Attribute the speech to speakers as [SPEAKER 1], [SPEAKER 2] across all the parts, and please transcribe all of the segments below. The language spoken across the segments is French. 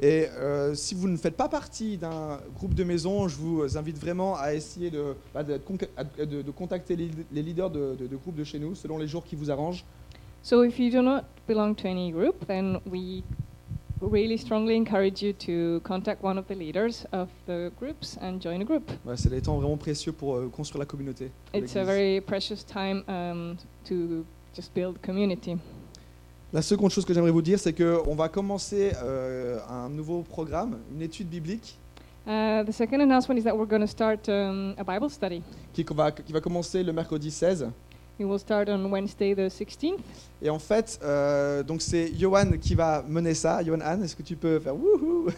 [SPEAKER 1] Et euh, si vous ne faites pas partie d'un groupe de maison, je vous invite vraiment à essayer de, bah, de, de- de contacter les, les leaders de, de- de groupes de chez nous, selon les jours qui vous arrangent.
[SPEAKER 2] So if you do not belong to any group, then we really strongly encourage you to contact one of the leaders of the groups and join a group.
[SPEAKER 1] Ouais, Bah, c'est des temps vraiment précieux pour euh, construire la communauté. de
[SPEAKER 2] It's a
[SPEAKER 1] l'Église.
[SPEAKER 2] very precious time um, to just build community.
[SPEAKER 1] La seconde chose que j'aimerais vous dire, c'est qu'on va commencer euh, un nouveau programme, une étude biblique,
[SPEAKER 2] Uh, the second announcement is that we're going to start um, a Bible study.
[SPEAKER 1] qui va, qui va commencer le mercredi 16.
[SPEAKER 2] It will start on Wednesday the 16th.
[SPEAKER 1] Et en fait, euh, donc c'est Johan qui va mener ça. Johan Anne, est-ce que tu peux faire wouhou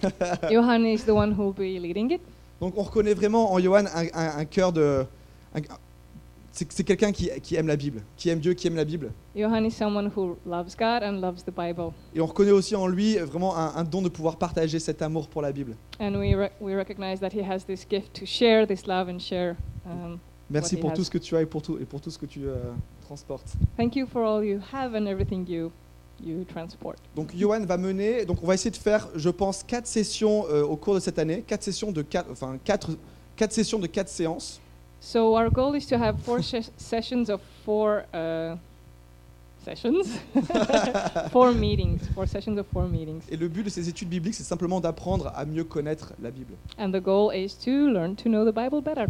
[SPEAKER 2] Johan is the one who will be leading it.
[SPEAKER 1] Donc on reconnaît vraiment en Johan un, un- un cœur de... un- c'est c'est quelqu'un qui, qui aime la Bible, qui aime Dieu, qui aime la Bible.
[SPEAKER 2] Johan is someone who loves God and loves the Bible.
[SPEAKER 1] Et on reconnaît aussi en lui vraiment un, un don de pouvoir partager cet amour pour la Bible.
[SPEAKER 2] And we, re- we recognize that he has this gift to share this love and share. Um,
[SPEAKER 1] Merci
[SPEAKER 2] What he
[SPEAKER 1] pour
[SPEAKER 2] has.
[SPEAKER 1] tout ce que tu as et pour tout, et pour tout ce que tu euh, transportes.
[SPEAKER 2] thank you for all you have and everything you, you transport.
[SPEAKER 1] Donc Johan va mener, donc on va essayer de faire, je pense, quatre sessions euh, au cours de cette année, quatre sessions de quatre, enfin quatre, quatre sessions de quatre séances.
[SPEAKER 2] So our goal is to have four ses- sessions of four uh, sessions, four meetings, four sessions of four meetings.
[SPEAKER 1] Et le but de ces études bibliques, c'est simplement d'apprendre à mieux connaître la Bible,
[SPEAKER 2] And the goal is to learn to know the Bible better,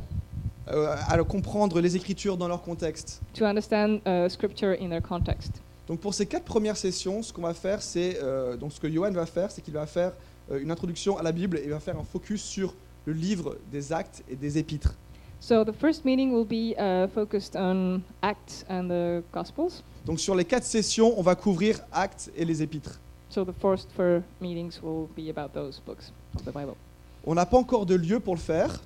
[SPEAKER 1] euh, à comprendre les Écritures dans leur contexte.
[SPEAKER 2] to understand uh, Scripture in their context.
[SPEAKER 1] Donc pour ces quatre premières sessions, ce qu'on va faire, c'est euh, donc ce que Johan va faire, c'est qu'il va faire euh, une introduction à la Bible et il va faire un focus sur le livre des Actes et des Épîtres.
[SPEAKER 2] So the first meeting will be uh, focused on Acts and the Gospels.
[SPEAKER 1] Donc sur les quatre sessions, on va couvrir Actes et les Épîtres.
[SPEAKER 2] So the first four meetings will be about those books of the Bible.
[SPEAKER 1] On n'a pas encore de lieu pour le faire.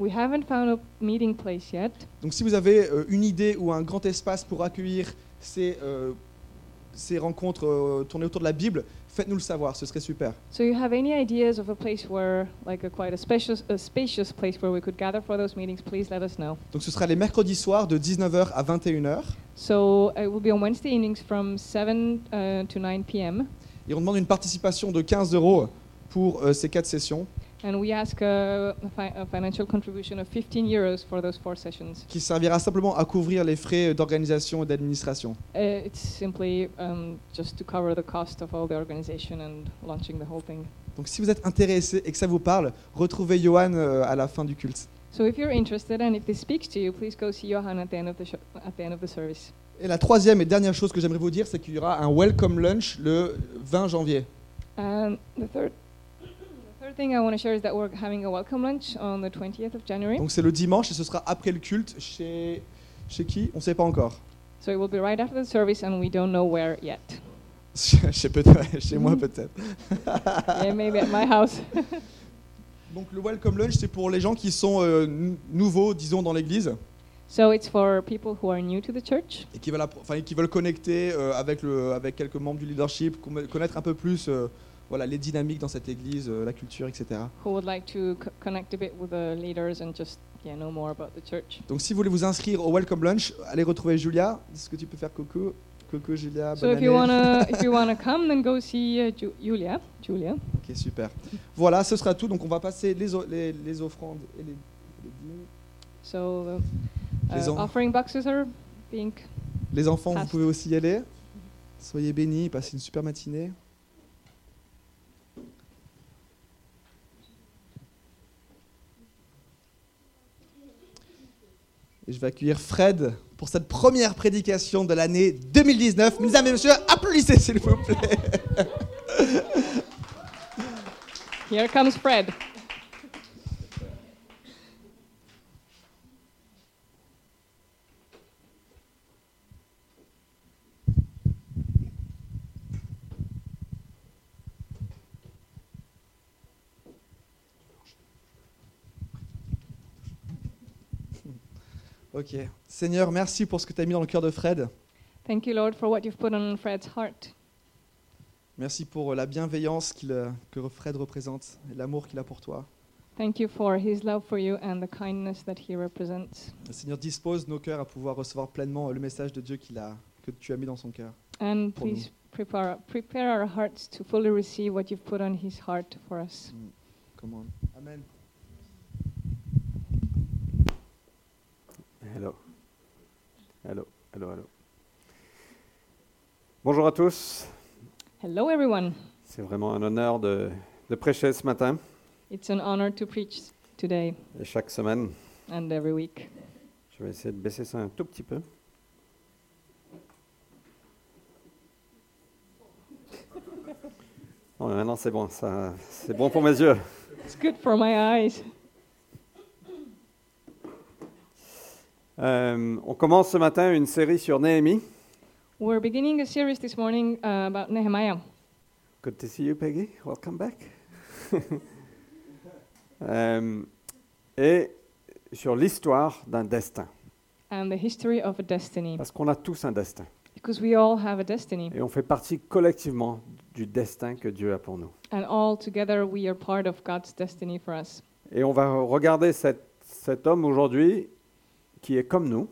[SPEAKER 2] We haven't found a meeting place yet.
[SPEAKER 1] Donc si vous avez euh, une idée ou un grand espace pour accueillir ces, euh, ces rencontres euh, tournées autour de la Bible, faites-nous le savoir, ce serait super.
[SPEAKER 2] So you have any ideas of a place where, like a quite a spacious, a spacious place where we could gather for those meetings? Please let us know.
[SPEAKER 1] Donc ce sera les mercredis soirs de 19h à 21h.
[SPEAKER 2] So uh, it will be on Wednesday evenings from 7 uh, to 9 p.m.
[SPEAKER 1] Et on demande une participation de 15 euros pour euh, ces quatre sessions,
[SPEAKER 2] And we ask a, fi- a financial contribution of 15 euros for those four sessions.
[SPEAKER 1] qui servira simplement à couvrir les frais d'organisation et d'administration.
[SPEAKER 2] Uh, it's simply um, just to cover the cost of all the organization and launching the whole thing.
[SPEAKER 1] Donc si vous êtes intéressé et que ça vous parle, retrouvez Johan euh, à la fin du culte.
[SPEAKER 2] So if you're interested and if this speaks to you, please go see Johan at the end of the, sho at the, end of the service.
[SPEAKER 1] Et la troisième et dernière chose que j'aimerais vous dire, c'est qu'il y aura un welcome lunch le 20 janvier.
[SPEAKER 2] And Um, the third, the third thing I want to share is that we're having a welcome lunch on the 20th of January.
[SPEAKER 1] Donc c'est le dimanche et ce sera après le culte chez chez qui On ne sait pas encore.
[SPEAKER 2] So it will be right after the service, and we don't know where yet.
[SPEAKER 1] chez peut-être chez moi peut-être.
[SPEAKER 2] yeah, maybe at my house.
[SPEAKER 1] Donc le welcome lunch c'est pour les gens qui sont euh, nou- nouveaux disons dans l'église
[SPEAKER 2] So it's for people who are new to the church
[SPEAKER 1] et qui veulent appro- enfin qui veulent connecter euh, avec le avec quelques membres du leadership, con- connaître un peu plus euh, voilà les dynamiques dans cette église, euh, la culture etc.
[SPEAKER 2] who would like to co- connect a bit with the leaders and just yeah know more about the church.
[SPEAKER 1] Donc si vous voulez vous inscrire au welcome lunch, allez retrouver Julia. Est-ce que tu peux faire coucou Coucou Julia,
[SPEAKER 2] so
[SPEAKER 1] bonne
[SPEAKER 2] if you
[SPEAKER 1] année.
[SPEAKER 2] wanna if you wanna come, then go see uh, Ju- Julia. Julia.
[SPEAKER 1] Ok, super. Voilà, ce sera tout. Donc on va passer les, o- les, les offrandes et les, les dîmes.
[SPEAKER 2] So uh,
[SPEAKER 1] Les
[SPEAKER 2] uh,
[SPEAKER 1] en-
[SPEAKER 2] offering boxes are being
[SPEAKER 1] Les enfants, vous
[SPEAKER 2] Passe.
[SPEAKER 1] pouvez aussi y aller. Soyez bénis, passez une super matinée. Et je vais accueillir Fred pour cette première prédication de l'année 2019. Mesdames et messieurs, applaudissez s'il vous plaît.
[SPEAKER 2] here comes Fred.
[SPEAKER 1] Ok. Seigneur, merci pour ce que tu as mis dans le cœur de Fred.
[SPEAKER 2] Thank you, Lord, for what you've put on Fred's heart.
[SPEAKER 1] Merci pour la bienveillance qu'il, euh, que Fred représente et l'amour qu'il a pour toi.
[SPEAKER 2] Thank you for his love for you and the kindness that he represents.
[SPEAKER 1] Le Seigneur dispose nos cœurs à pouvoir recevoir pleinement le message de Dieu qu'il a, que tu as mis dans son cœur.
[SPEAKER 2] and
[SPEAKER 1] pour nous.
[SPEAKER 2] please prepare, prepare our hearts to fully receive what you've put on His heart for us.
[SPEAKER 1] Come on. Amen.
[SPEAKER 3] Hello. Hello, hello, hello. Bonjour à tous.
[SPEAKER 2] Hello, everyone.
[SPEAKER 3] C'est vraiment un honneur de, de prêcher ce matin
[SPEAKER 2] It's an honor to preach today
[SPEAKER 3] et chaque semaine.
[SPEAKER 2] and every week.
[SPEAKER 3] Je vais essayer de baisser ça un tout petit peu. Non, Oh, mais maintenant c'est bon, ça, c'est bon pour mes yeux.
[SPEAKER 2] It's good for my eyes.
[SPEAKER 3] Euh, on commence ce matin une série sur Néhémie.
[SPEAKER 2] We're beginning a series this morning uh, about Nehemiah.
[SPEAKER 3] Good to see you, Peggy. Welcome back. Euh, et sur l'histoire d'un destin.
[SPEAKER 2] and the history of a destiny.
[SPEAKER 3] Parce qu'on a tous un destin.
[SPEAKER 2] Because we all have a destiny,
[SPEAKER 3] Et on fait partie collectivement du destin que Dieu a pour nous.
[SPEAKER 2] and all together we are part of God's destiny for us.
[SPEAKER 3] Et on va regarder cet- cet homme aujourd'hui qui est comme nous,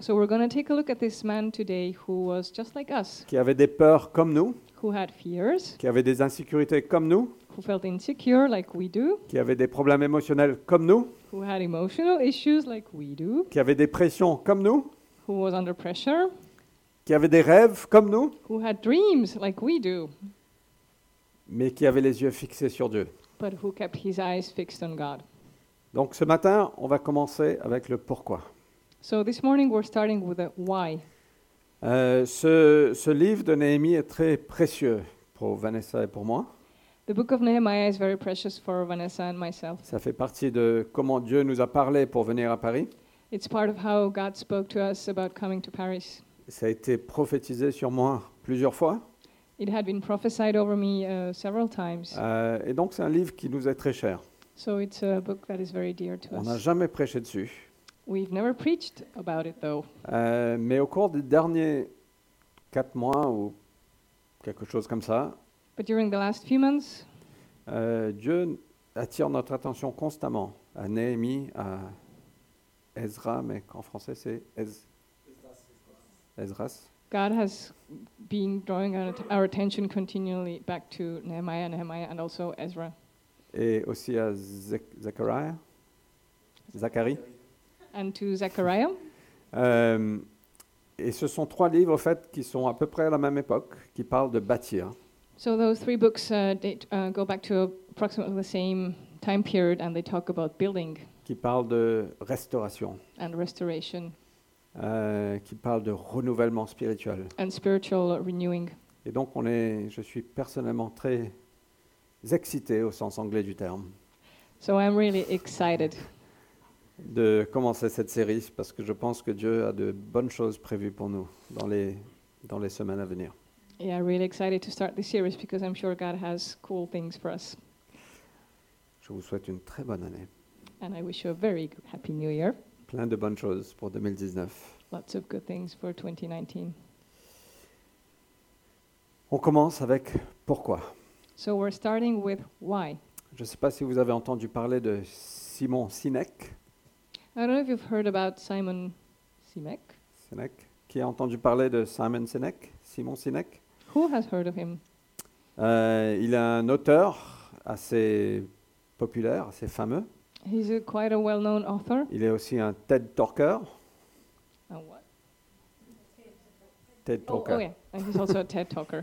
[SPEAKER 2] So we're going to take a look at this man today who was just like us,
[SPEAKER 3] qui avait des peurs comme nous,
[SPEAKER 2] who had fears,
[SPEAKER 3] qui avait des insécurités comme nous,
[SPEAKER 2] who felt insecure like we do,
[SPEAKER 3] qui avait des problèmes émotionnels comme nous,
[SPEAKER 2] who had emotional issues like we do,
[SPEAKER 3] qui avait des pressions comme nous,
[SPEAKER 2] who was under pressure,
[SPEAKER 3] qui avait des rêves comme nous,
[SPEAKER 2] who had dreams like we do,
[SPEAKER 3] mais qui avait les yeux fixés sur Dieu.
[SPEAKER 2] but who kept his eyes fixed on God.
[SPEAKER 3] Donc ce matin, on va commencer avec le pourquoi.
[SPEAKER 2] So this morning we're starting with a why.
[SPEAKER 3] Euh, ce, ce livre de Néhémie est très précieux pour Vanessa et pour moi.
[SPEAKER 2] The book of Nehemiah is very precious for Vanessa and myself.
[SPEAKER 3] Ça fait partie de comment Dieu nous a parlé pour venir à Paris.
[SPEAKER 2] It's part of how God spoke to us about coming to Paris.
[SPEAKER 3] Ça a été prophétisé sur moi plusieurs fois.
[SPEAKER 2] It had been prophesied over me uh, several times.
[SPEAKER 3] Euh, et donc c'est un livre qui nous est très cher.
[SPEAKER 2] so it's a book that is very dear to
[SPEAKER 3] On n'a
[SPEAKER 2] us.
[SPEAKER 3] jamais prêché dessus.
[SPEAKER 2] We've never preached about it though.
[SPEAKER 3] Euh, mais au cours des derniers quatre mois ou quelque chose comme ça,
[SPEAKER 2] But during the last few months,
[SPEAKER 3] euh, Dieu attire notre attention constamment à Néhémie, à Ezra, mais en français c'est Ez... Ezras.
[SPEAKER 2] God has been drawing our, att- our attention continually back to Nehemiah, Nehemiah, and also Ezra,
[SPEAKER 3] et aussi à Zech- Zechariah. Zacharie.
[SPEAKER 2] and to Zechariah.
[SPEAKER 3] Euh, et ce sont trois livres, au fait, qui sont à peu près à la même époque, qui parlent de bâtir.
[SPEAKER 2] So those three books uh, date, uh, go back to approximately the same time period, and they talk about building
[SPEAKER 3] qui parle de restauration,
[SPEAKER 2] and restoration
[SPEAKER 3] euh, qui parle de renouvellement spirituel.
[SPEAKER 2] and spiritual renewing.
[SPEAKER 3] Et donc, on est, je suis personnellement très excité, au sens anglais du terme,
[SPEAKER 2] So I'm really excited
[SPEAKER 3] de commencer cette série parce que je pense que Dieu a de bonnes choses prévues pour nous dans les, dans les semaines à venir.
[SPEAKER 2] Yeah, really excited to start this series because I'm sure God has cool things for us.
[SPEAKER 3] Je vous souhaite une très bonne année,
[SPEAKER 2] And I wish you a very g- happy new year.
[SPEAKER 3] plein de bonnes choses pour 2019.
[SPEAKER 2] Lots of good things for 2019.
[SPEAKER 3] On commence avec pourquoi.
[SPEAKER 2] So we're starting with why.
[SPEAKER 3] Je ne sais pas si vous avez entendu parler de Simon Sinek,
[SPEAKER 2] I don't know if you've heard about Simon Simek.
[SPEAKER 3] Sinek qui a entendu parler de Simon Sinek, Simon Sinek.
[SPEAKER 2] Who has heard of him?
[SPEAKER 3] Euh, il est un auteur assez populaire, assez fameux.
[SPEAKER 2] He's a quite a well-known author.
[SPEAKER 3] Il est aussi un TED Talker.
[SPEAKER 2] Oh, what?
[SPEAKER 3] TED
[SPEAKER 2] Oh,
[SPEAKER 3] Talker.
[SPEAKER 2] oh yeah, and he's also a TED talker.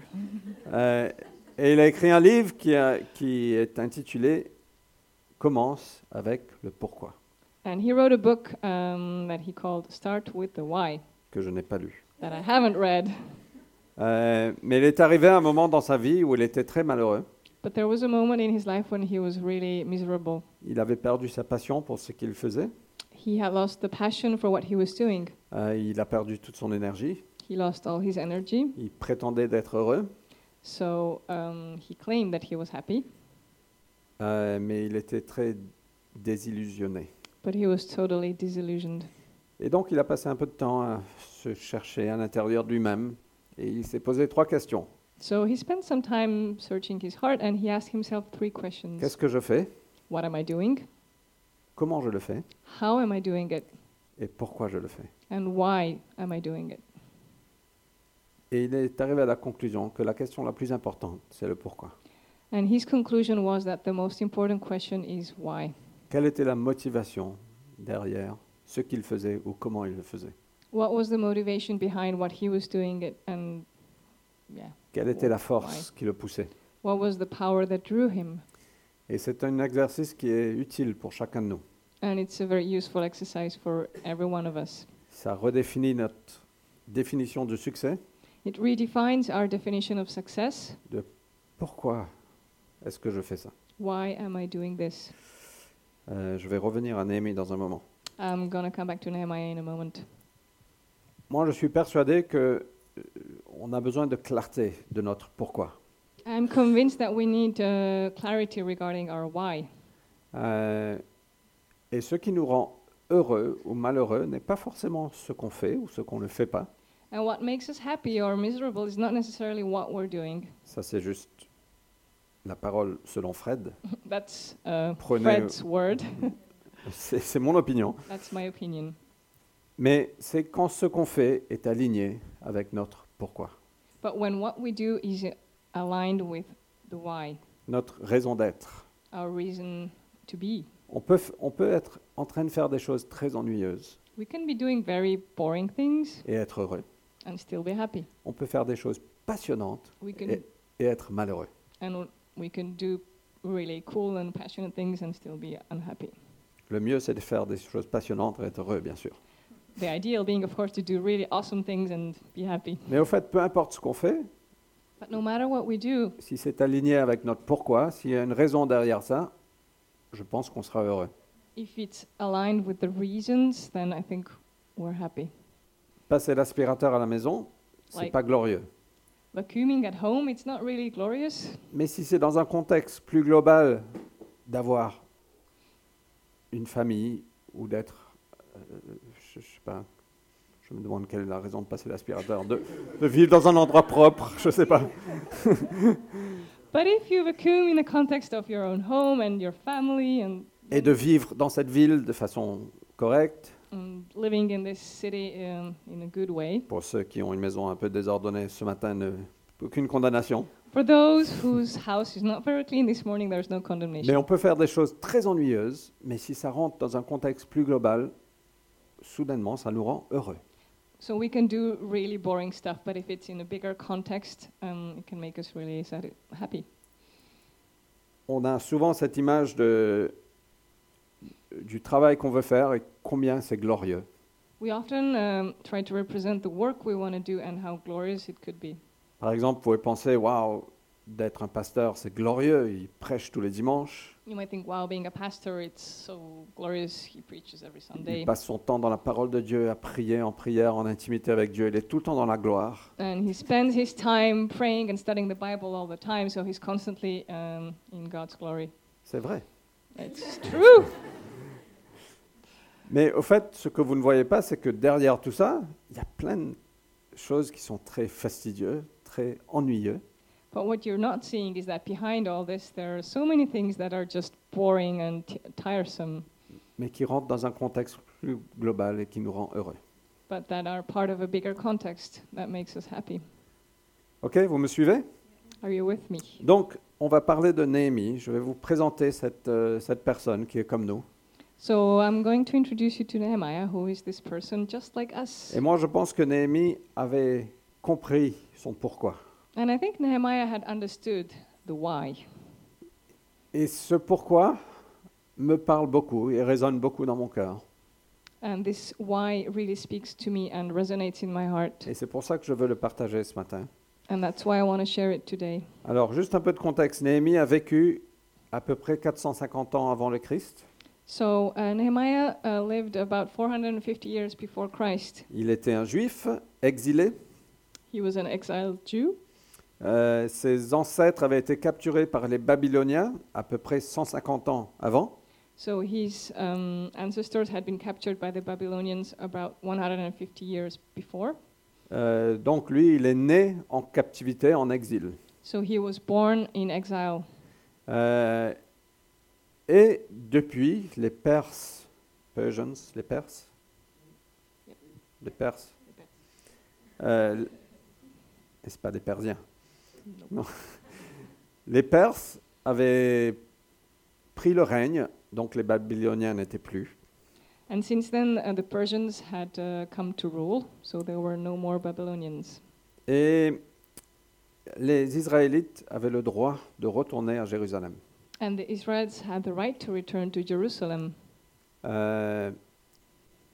[SPEAKER 3] Euh, et il a écrit un livre qui, a- qui est intitulé Commence avec le pourquoi,
[SPEAKER 2] And he wrote a book um, that he called "Start with the Why"
[SPEAKER 3] que je n'ai pas lu.
[SPEAKER 2] that I haven't read.
[SPEAKER 3] Euh, mais il est arrivé à un moment dans sa vie où il était très malheureux.
[SPEAKER 2] But there was a moment in his life when he was really miserable.
[SPEAKER 3] Il avait perdu sa passion pour ce qu'il faisait.
[SPEAKER 2] He had lost the passion for what he was doing.
[SPEAKER 3] Euh, il a perdu toute son énergie.
[SPEAKER 2] He lost all his energy,
[SPEAKER 3] Il prétendait d'être heureux,
[SPEAKER 2] so um, he claimed that he was happy,
[SPEAKER 3] euh, mais il était très désillusionné.
[SPEAKER 2] but he was totally disillusioned.
[SPEAKER 3] Et donc, il a passé un peu de temps à se chercher à l'intérieur de lui-même. Et il s'est posé trois questions.
[SPEAKER 2] So he spent some time searching his heart and he asked himself three questions
[SPEAKER 3] Qu'est-ce que je fais
[SPEAKER 2] What am I doing?
[SPEAKER 3] Comment je le fais
[SPEAKER 2] How am I doing it?
[SPEAKER 3] Et pourquoi je le fais
[SPEAKER 2] And why am I doing it?
[SPEAKER 3] Et il est arrivé à la conclusion que la question la plus importante, c'est le pourquoi.
[SPEAKER 2] And his conclusion was that the most important question is why.
[SPEAKER 3] Quelle était la motivation derrière ce qu'il faisait ou comment il le faisait
[SPEAKER 2] What was the motivation behind what he was doing it and yeah,
[SPEAKER 3] Quelle était la force qui le poussait
[SPEAKER 2] what was the power that drew him?
[SPEAKER 3] Et c'est un exercice qui est utile pour chacun de nous.
[SPEAKER 2] And it's a very useful exercise for every one of us.
[SPEAKER 3] Ça redéfinit notre définition du succès.
[SPEAKER 2] It redefines our definition of success.
[SPEAKER 3] Pourquoi est-ce que je fais ça
[SPEAKER 2] Why am I doing this?
[SPEAKER 3] Euh, Je vais revenir à Néhémie dans un moment.
[SPEAKER 2] I'm going to come back to Nehemiah in a moment.
[SPEAKER 3] Moi, je suis persuadé que euh, on a besoin de clarté de notre pourquoi.
[SPEAKER 2] I'm convinced that we need uh, clarity regarding our why.
[SPEAKER 3] Euh, et ce qui nous rend heureux ou malheureux n'est pas forcément ce qu'on fait ou ce qu'on ne fait pas.
[SPEAKER 2] And what makes us happy or miserable is not necessarily what we're doing.
[SPEAKER 3] Ça, c'est juste la parole selon Fred.
[SPEAKER 2] That's uh,
[SPEAKER 3] Prenez-
[SPEAKER 2] Fred's word.
[SPEAKER 3] C'est c'est mon opinion.
[SPEAKER 2] That's my opinion.
[SPEAKER 3] Mais c'est quand ce qu'on fait est aligné avec notre pourquoi,
[SPEAKER 2] But when what we do is uh, aligned with the why,
[SPEAKER 3] notre raison d'être.
[SPEAKER 2] our reason to be,
[SPEAKER 3] On peut, f- on peut être en train de faire des choses très ennuyeuses
[SPEAKER 2] we can be doing very boring things
[SPEAKER 3] et être heureux.
[SPEAKER 2] and still be happy.
[SPEAKER 3] On peut faire des choses passionnantes
[SPEAKER 2] We can
[SPEAKER 3] et, et être malheureux.
[SPEAKER 2] and we can do really cool and passionate things and still be unhappy.
[SPEAKER 3] Le mieux, c'est de faire des choses passionnantes et être heureux, bien sûr.
[SPEAKER 2] The ideal being, of course, to do really awesome things and be happy.
[SPEAKER 3] Mais au fait, peu importe ce qu'on fait,
[SPEAKER 2] But no matter what we do,
[SPEAKER 3] si c'est aligné avec notre pourquoi, s'il y a une raison derrière ça, je pense qu'on sera heureux.
[SPEAKER 2] if it's aligned with the reasons, then I think we're happy.
[SPEAKER 3] Passer l'aspirateur à la maison, c'est
[SPEAKER 2] Ouais.
[SPEAKER 3] pas glorieux.
[SPEAKER 2] Vacuuming at home, it's not really glorious,
[SPEAKER 3] Mais si c'est dans un contexte plus global d'avoir une famille ou d'être, euh, je, je sais pas, je me demande quelle est la raison de passer l'aspirateur, de, de vivre dans un endroit propre, je sais pas.
[SPEAKER 2] But if you vacuum in the context of your own home and your family and,
[SPEAKER 3] Et de vivre dans cette ville de façon correcte,
[SPEAKER 2] and living in this city um, in a good way,
[SPEAKER 3] pour ceux qui ont une maison un peu désordonnée ce matin, ne- aucune condamnation.
[SPEAKER 2] for those whose house is not very clean this morning, there's no
[SPEAKER 3] Mais
[SPEAKER 2] condemnation.
[SPEAKER 3] on peut faire des choses très ennuyeuses, mais si ça rentre dans un contexte plus global, soudainement, ça nous rend heureux.
[SPEAKER 2] So we can do really boring stuff, but if it's in a bigger context, um, it can make us really sati- happy.
[SPEAKER 3] On a souvent cette image de, du travail qu'on veut faire et combien c'est glorieux.
[SPEAKER 2] We often um, try to represent the work we want to do and how glorious it could be.
[SPEAKER 3] Par exemple, vous pouvez penser, waouh, d'être un pasteur, c'est glorieux, il prêche tous les dimanches,
[SPEAKER 2] You might think, wow, being a pastor, it's so glorious. He preaches every
[SPEAKER 3] il
[SPEAKER 2] Sunday.
[SPEAKER 3] passe son temps dans la parole de Dieu, à prier en prière, en intimité avec Dieu, il est tout le temps dans la gloire.
[SPEAKER 2] And he spends his time praying and studying the Bible all the time, so he's constantly um, in God's glory.
[SPEAKER 3] C'est vrai.
[SPEAKER 2] It's true.
[SPEAKER 3] Mais au fait, ce que vous ne voyez pas, c'est que derrière tout ça, il y a plein de choses qui sont très fastidieuses, très ennuyeuses,
[SPEAKER 2] But what you're not seeing is that behind all this, there are so many things that are just boring and t- tiresome,
[SPEAKER 3] mais qui rentrent dans un contexte plus global et qui nous rend heureux.
[SPEAKER 2] but that are part of a bigger context that makes us happy.
[SPEAKER 3] Ok, vous me suivez
[SPEAKER 2] Are you with me?
[SPEAKER 3] Donc, on va parler de Néhémie. Je vais vous présenter cette, euh, cette personne qui est comme nous.
[SPEAKER 2] So I'm going to introduce you to Nehemiah, who is this person just like us.
[SPEAKER 3] Et moi, je pense que Néhémie avait compris son pourquoi.
[SPEAKER 2] And I think Nehemiah had understood the why.
[SPEAKER 3] Et ce pourquoi me parle beaucoup et résonne beaucoup dans mon cœur.
[SPEAKER 2] And this why really speaks to me and resonates in my heart.
[SPEAKER 3] Et c'est pour ça que je veux le partager ce matin.
[SPEAKER 2] And that's why I want to share it today.
[SPEAKER 3] Alors, juste un peu de contexte. Néhémie a vécu à peu près 450 ans avant le Christ.
[SPEAKER 2] So uh, Nehemiah uh, lived about 450 years before Christ.
[SPEAKER 3] Il était un juif exilé.
[SPEAKER 2] He was an exiled Jew.
[SPEAKER 3] Euh, ses ancêtres avaient été capturés par les Babyloniens à peu près 150 ans avant.
[SPEAKER 2] So his um, ancestors had been captured by the Babylonians about 150 years before.
[SPEAKER 3] Euh, donc lui, il est né en captivité, en exil.
[SPEAKER 2] So he was born in exile.
[SPEAKER 3] Euh, et depuis, les Perses, Persians, les Perses, les Perses, euh, Et ce pas des Persiens. Non. Les Perses avaient pris le règne, donc les Babyloniens n'étaient plus.
[SPEAKER 2] And since then, uh, the Persians had uh, come to rule, so there were no more Babylonians.
[SPEAKER 3] Et les Israélites avaient le droit de retourner à Jérusalem.
[SPEAKER 2] And the Israelites had the right to return to Jerusalem
[SPEAKER 3] Euh,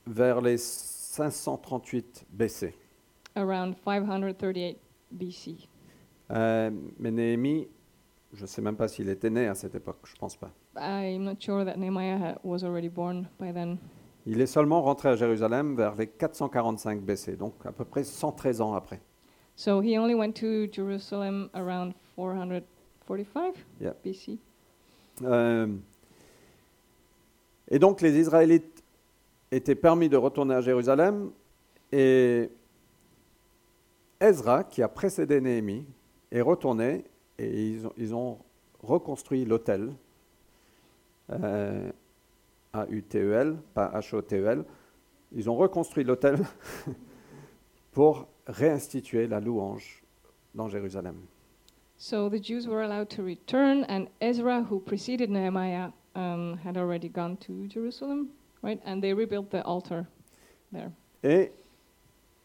[SPEAKER 3] vers les 538 BC.
[SPEAKER 2] around 538 BC.
[SPEAKER 3] Euh, mais Néhémie, je ne sais même pas s'il était né à cette époque, je pense pas.
[SPEAKER 2] I'm not sure that Nehemiah ha- was already born by then.
[SPEAKER 3] Il est seulement rentré à Jérusalem vers les 445 BC, donc à peu près 113 ans après.
[SPEAKER 2] So he only went to Jerusalem around 445
[SPEAKER 3] Yeah.
[SPEAKER 2] BC.
[SPEAKER 3] Euh, et donc les Israélites étaient permis de retourner à Jérusalem et Ezra, qui a précédé Néhémie, est retourné et ils ont, ils ont reconstruit l'autel euh, A-U-T-E-L, E pas H-O-T-E-L. E Ils ont reconstruit l'autel pour réinstituer la louange dans Jérusalem.
[SPEAKER 2] So the Jews were allowed to return, and Ezra, who preceded Nehemiah, um, had already gone to Jerusalem, right? And they rebuilt the altar there.
[SPEAKER 3] Et,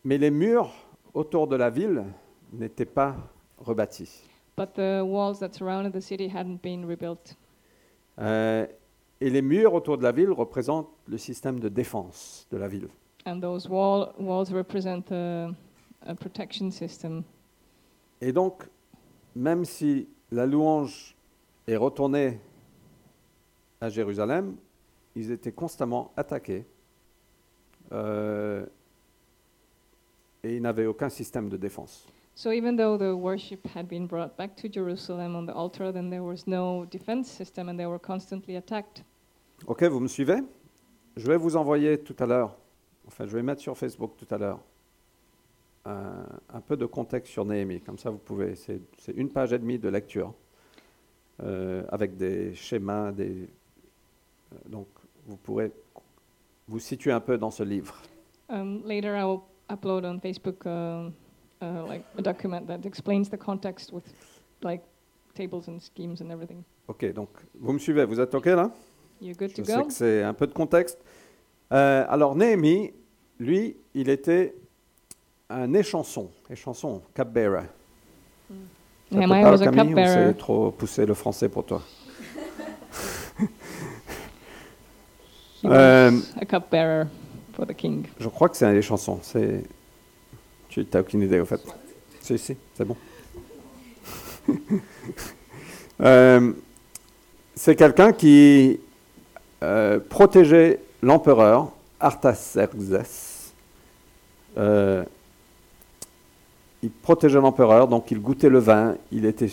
[SPEAKER 3] mais les murs autour de la ville n'étaient pas rebâtis.
[SPEAKER 2] But the walls that surrounded the city hadn't been rebuilt.
[SPEAKER 3] Euh, et les murs autour de la ville représentent le système de défense de la ville.
[SPEAKER 2] And those wall, walls represent the a protection system.
[SPEAKER 3] Et donc, même si la louange est retournée à Jérusalem, ils étaient constamment attaqués. Euh, et ils n'avaient aucun système de défense.
[SPEAKER 2] So even though the worship had been brought back to Jerusalem on the altar, then there was no defense system, and they were constantly attacked.
[SPEAKER 3] Ok, vous me suivez Je vais vous envoyer tout à l'heure, enfin je vais mettre sur Facebook tout à l'heure, un, un peu de contexte sur Néhémie. Comme ça, vous pouvez, c'est c'est une page et demie de lecture, euh, avec des schémas, des... euh, Donc, vous pourrez vous situer un peu dans ce livre.
[SPEAKER 2] Um, later, I will upload on Facebook um uh, like a document that explains the context with like tables and schemes and everything.
[SPEAKER 3] Ok, donc vous me suivez, vous êtes ok là
[SPEAKER 2] You're good
[SPEAKER 3] Je
[SPEAKER 2] to
[SPEAKER 3] sais
[SPEAKER 2] go.
[SPEAKER 3] que c'est un peu de contexte. Euh, alors, Néhémie, lui, il était un échanson, échanson, cap-bearer. Ça te
[SPEAKER 2] Nehemiah
[SPEAKER 3] parle,
[SPEAKER 2] was a
[SPEAKER 3] Camille, ou
[SPEAKER 2] cupbearer.
[SPEAKER 3] C'est trop poussé le français pour toi.
[SPEAKER 2] He
[SPEAKER 3] Euh,
[SPEAKER 2] was a cupbearer for the king.
[SPEAKER 3] Je crois que c'est un des chansons. C'est... Tu n'as aucune idée, au fait. Si, si, c'est bon. Euh, c'est quelqu'un qui euh, protégeait l'empereur Artaxerxes. Euh, il protégeait l'empereur, donc il goûtait le vin, il, était,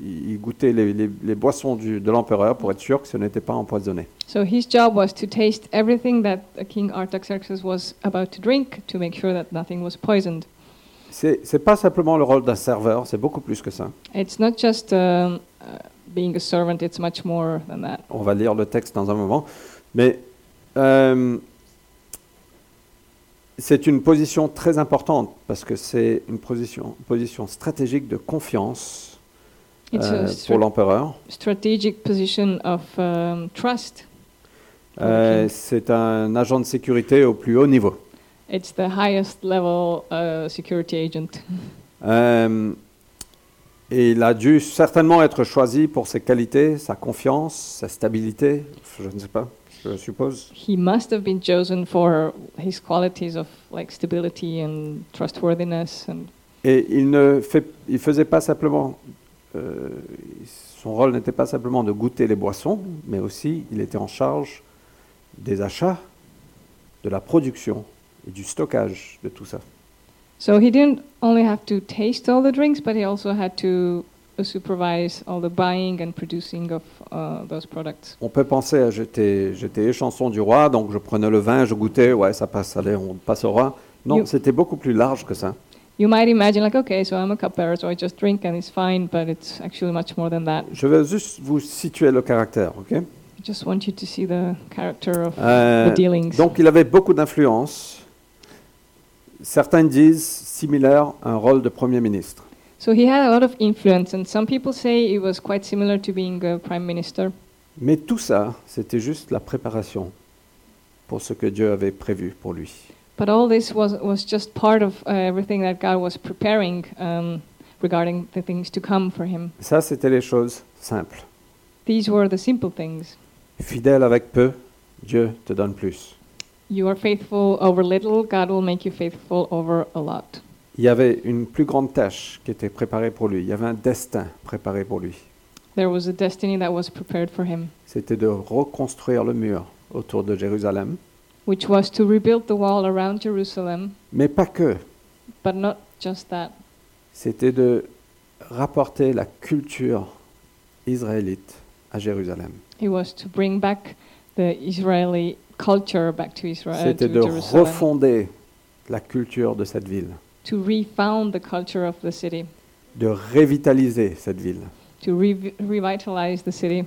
[SPEAKER 3] il, il goûtait les, les- les boissons du- de l'empereur pour être sûr que ce n'était pas empoisonné.
[SPEAKER 2] So his job was to taste everything that uh, King Artaxerxes was about to drink to make sure that nothing was poisoned.
[SPEAKER 3] C'est c'est pas simplement le rôle d'un serveur, c'est beaucoup plus que ça.
[SPEAKER 2] It's not just um, uh, being a servant; it's much more than that.
[SPEAKER 3] On va lire le texte dans un moment. Mais euh, c'est une position très importante parce que c'est une position, position stratégique de confiance
[SPEAKER 2] It's
[SPEAKER 3] euh,
[SPEAKER 2] a
[SPEAKER 3] pour
[SPEAKER 2] stra-
[SPEAKER 3] l'empereur.
[SPEAKER 2] strategic position of um, trust pour le
[SPEAKER 3] Euh,
[SPEAKER 2] king.
[SPEAKER 3] c'est un agent de sécurité au plus haut niveau.
[SPEAKER 2] It's the highest level uh, security agent.
[SPEAKER 3] Euh, et il a dû certainement être choisi pour ses qualités, sa confiance, sa stabilité, je ne sais pas, je suppose.
[SPEAKER 2] He must have been chosen for his qualities of like stability and trustworthiness, and
[SPEAKER 3] Et il ne fait, il faisait pas simplement, euh, son rôle n'était pas simplement de goûter les boissons, mais aussi il était en charge des achats, de la production et du stockage de tout ça.
[SPEAKER 2] so he didn't only have to taste all the drinks, but he also had to uh, supervise all the buying and producing of uh, those products.
[SPEAKER 3] On peut penser, à- j'étais, j'étais échanson du roi, donc je prenais le vin, je goûtais, ouais, ça passe, allez, on passe au roi. Non,
[SPEAKER 2] You-
[SPEAKER 3] c'était beaucoup plus large que ça.
[SPEAKER 2] You might imagine like, okay, so I'm a cupbearer, so I just drink and it's fine, but it's actually much more than that.
[SPEAKER 3] Je vais juste vous situer le caractère, ok
[SPEAKER 2] I just want you to see the character of
[SPEAKER 3] Euh,
[SPEAKER 2] the dealings.
[SPEAKER 3] Donc il avait beaucoup d'influence. Certains disent similaire à un rôle de Premier ministre.
[SPEAKER 2] So he had a lot of influence, and some people say it was quite similar to being a prime minister.
[SPEAKER 3] Mais tout ça, c'était juste la préparation pour ce que Dieu avait prévu pour lui.
[SPEAKER 2] But all this was, was just part of uh, everything that God was preparing um, regarding the things to come for him.
[SPEAKER 3] Ça, c'était les choses simples.
[SPEAKER 2] These were the simple things.
[SPEAKER 3] Fidèle avec peu, Dieu te donne plus.
[SPEAKER 2] You are faithful over little, God will make you faithful over a lot.
[SPEAKER 3] Il y avait une plus grande tâche qui était préparée pour lui. Il y avait un destin préparé pour lui.
[SPEAKER 2] There was a destiny that was prepared for him,
[SPEAKER 3] C'était de reconstruire le mur autour de Jérusalem.
[SPEAKER 2] which was to rebuild the wall around Jerusalem,
[SPEAKER 3] Mais pas que.
[SPEAKER 2] but not just that.
[SPEAKER 3] C'était de rapporter la culture israélite à Jérusalem.
[SPEAKER 2] It was to bring back the Israeli culture back to Israel, to
[SPEAKER 3] C'était de
[SPEAKER 2] Jerusalem,
[SPEAKER 3] refonder la culture de cette ville,
[SPEAKER 2] to refound the culture of the city,
[SPEAKER 3] de revitaliser cette ville.
[SPEAKER 2] to rev revitalize the city.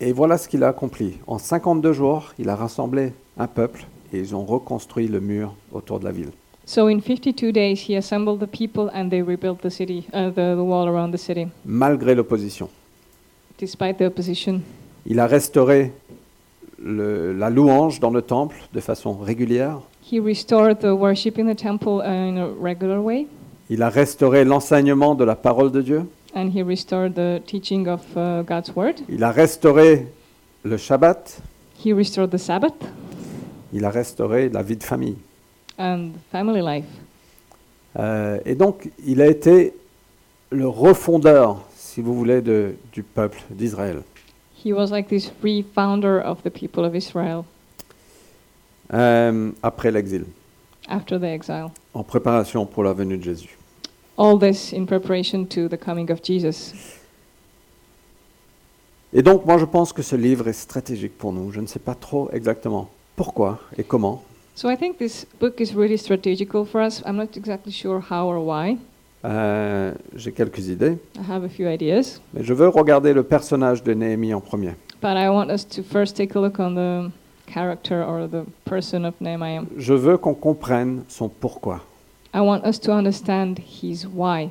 [SPEAKER 3] Et voilà ce qu'il a accompli. En 52 jours, il a rassemblé un peuple et ils ont reconstruit le mur autour de la ville.
[SPEAKER 2] So in 52 days, he assembled the people and they rebuilt the city, uh, the, the wall around the city,
[SPEAKER 3] malgré l'opposition.
[SPEAKER 2] despite the opposition.
[SPEAKER 3] Il a restauré le- la louange dans le temple de façon régulière.
[SPEAKER 2] He restored the worship in the temple uh, in a regular way,
[SPEAKER 3] Il a restauré l'enseignement de la parole de Dieu.
[SPEAKER 2] and he restored the teaching of uh, God's word.
[SPEAKER 3] Il a restauré le Shabbat.
[SPEAKER 2] He restored the Sabbath
[SPEAKER 3] Il a restauré la vie de famille.
[SPEAKER 2] and family life.
[SPEAKER 3] Euh, et donc, il a été le refondeur, si vous voulez, de- du peuple d'Israël.
[SPEAKER 2] He was like this refounder of the people of Israel
[SPEAKER 3] Euh, après l'exil,
[SPEAKER 2] after the exile.
[SPEAKER 3] en préparation pour la venue de Jésus.
[SPEAKER 2] All this in preparation to the coming of Jesus.
[SPEAKER 3] Et donc, moi, je pense que ce livre est stratégique pour nous. Je ne sais pas trop exactement pourquoi et comment.
[SPEAKER 2] So I think this book is really strategical for us. I'm not exactly sure how or why.
[SPEAKER 3] Euh, J'ai quelques idées,
[SPEAKER 2] I have a few ideas.
[SPEAKER 3] mais je veux regarder le personnage de Néhémie en premier.
[SPEAKER 2] But I want us to first take a look on the character or the person of Nehemiah.
[SPEAKER 3] Je veux qu'on comprenne son pourquoi.
[SPEAKER 2] I want us to understand his why.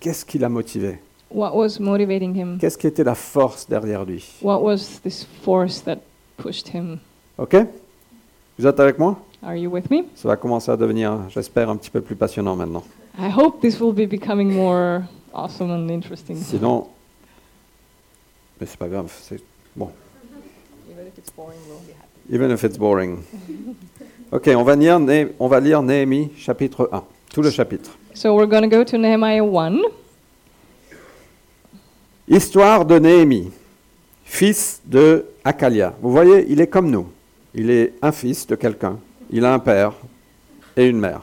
[SPEAKER 3] Qu'est-ce qui l'a motivé
[SPEAKER 2] What was motivating him?
[SPEAKER 3] Qu'est-ce qui était la force derrière lui
[SPEAKER 2] What was this force that pushed him?
[SPEAKER 3] Ok Vous êtes avec moi
[SPEAKER 2] Are you with me?
[SPEAKER 3] Ça va commencer à devenir, j'espère, un petit peu plus passionnant maintenant.
[SPEAKER 2] I hope this will be becoming more awesome and interesting.
[SPEAKER 3] Sinon, mais c'est pas grave. C'est bon.
[SPEAKER 2] Even if it's boring, we'll be happy.
[SPEAKER 3] Even if it's boring. Ok, on va lire, Né- on va lire Néhémie chapitre 1, tout le chapitre.
[SPEAKER 2] So we're going to go to Nehemiah 1.
[SPEAKER 3] Histoire de Néhémie, fils de Akalia. Vous voyez, il est comme nous. Il est un fils de quelqu'un. Il a un père et une mère.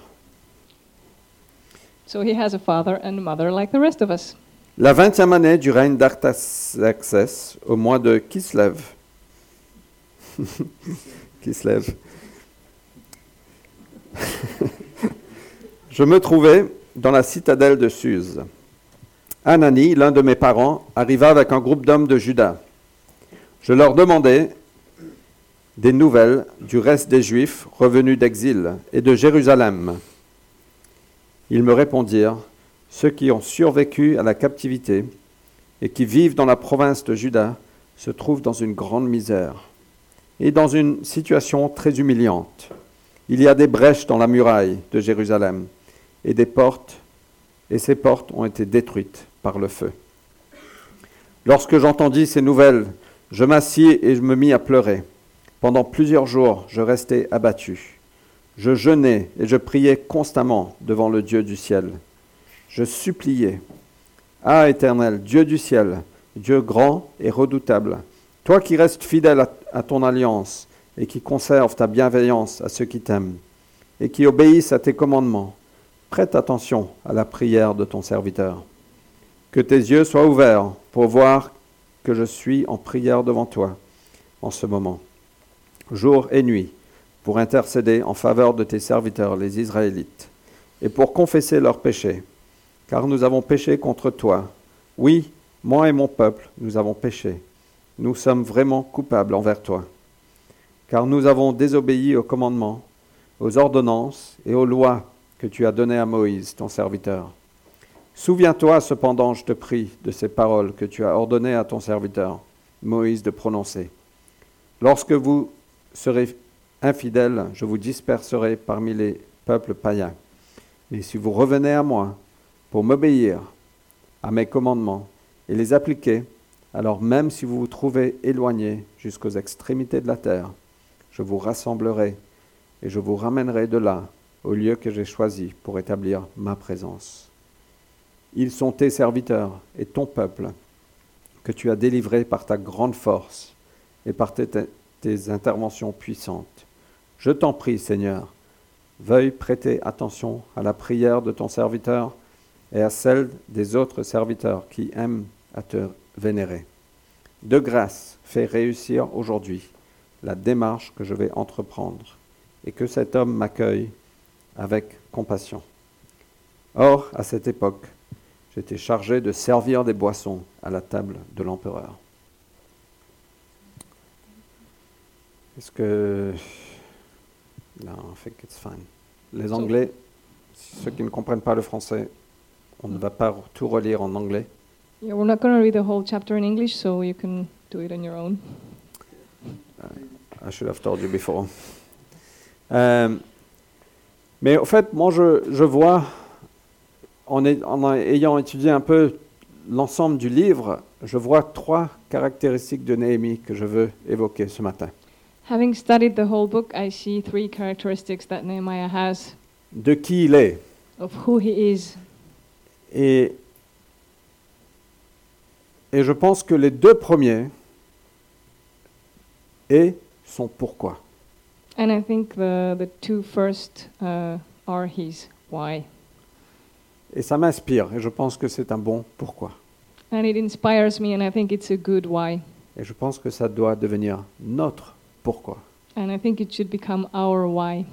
[SPEAKER 2] So he has a father and a mother like the rest of us.
[SPEAKER 3] La vingtième année du règne d'Artaxerxès, au mois de Kislev. Kislev. Je me trouvais dans la citadelle de Suse. Anani, l'un de mes parents, arriva avec un groupe d'hommes de Juda. Je leur demandais des nouvelles du reste des Juifs revenus d'exil et de Jérusalem. Ils me répondirent ceux qui ont survécu à la captivité et qui vivent dans la province de Juda se trouvent dans une grande misère et dans une situation très humiliante. Il y a des brèches dans la muraille de Jérusalem et des portes, et ces portes ont été détruites par le feu. Lorsque j'entendis ces nouvelles, je m'assis et je me mis à pleurer. Pendant plusieurs jours, je restai abattu. Je jeûnais et je priais constamment devant le Dieu du ciel je suppliais. Ah Éternel, Dieu du ciel, Dieu grand et redoutable, toi qui restes fidèle à, à ton alliance et qui conserves ta bienveillance à ceux qui t'aiment et qui obéissent à tes commandements, prête attention à la prière de ton serviteur. Que tes yeux soient ouverts pour voir que je suis en prière devant toi en ce moment, jour et nuit, pour intercéder en faveur de tes serviteurs, les Israélites, et pour confesser leurs péchés car nous avons péché contre toi. Oui, moi et mon peuple, nous avons péché. Nous sommes vraiment coupables envers toi, car nous avons désobéi au commandement, aux ordonnances et aux lois que tu as données à Moïse, ton serviteur. Souviens-toi cependant, je te prie, de ces paroles que tu as ordonnées à ton serviteur, Moïse, de prononcer. Lorsque vous serez infidèles, je vous disperserai parmi les peuples païens. Mais si vous revenez à moi pour m'obéir à mes commandements et les appliquer, alors même si vous vous trouvez éloignés jusqu'aux extrémités de la terre, je vous rassemblerai et je vous ramènerai de là au lieu que j'ai choisi pour établir ma présence. Ils sont tes serviteurs et ton peuple, que tu as délivré par ta grande force et par tes, tes interventions puissantes. Je t'en prie, Seigneur, veuille prêter attention à la prière de ton serviteur et à celle des autres serviteurs qui aiment à te vénérer. De grâce, fais réussir aujourd'hui la démarche que je vais entreprendre et que cet homme m'accueille avec compassion. Or, à cette époque, j'étais chargé de servir des boissons à la table de l'empereur. Est-ce que... Non, I think it's fine. Les Anglais, ceux qui ne comprennent pas le français, on ne va pas tout relire en anglais.
[SPEAKER 2] Yeah, we're not going to read the whole chapter in English, so you can do it on your own.
[SPEAKER 3] I should have told you before. Euh, mais au fait, moi, je, je vois, en, est- en a- ayant étudié un peu l'ensemble du livre, je vois trois caractéristiques de Néhémie que je veux évoquer ce matin.
[SPEAKER 2] Having studied the whole book, I see three characteristics that Nehemiah has
[SPEAKER 3] De qui il est
[SPEAKER 2] of who he is.
[SPEAKER 3] et, et je pense que les deux premiers et sont pourquoi.
[SPEAKER 2] And I think the, the two first uh, are his why.
[SPEAKER 3] Et ça m'inspire et je pense que c'est un bon pourquoi.
[SPEAKER 2] And it inspires me, and I think it's a good why.
[SPEAKER 3] Et je pense que ça doit devenir notre pourquoi.
[SPEAKER 2] And I think it should become our why.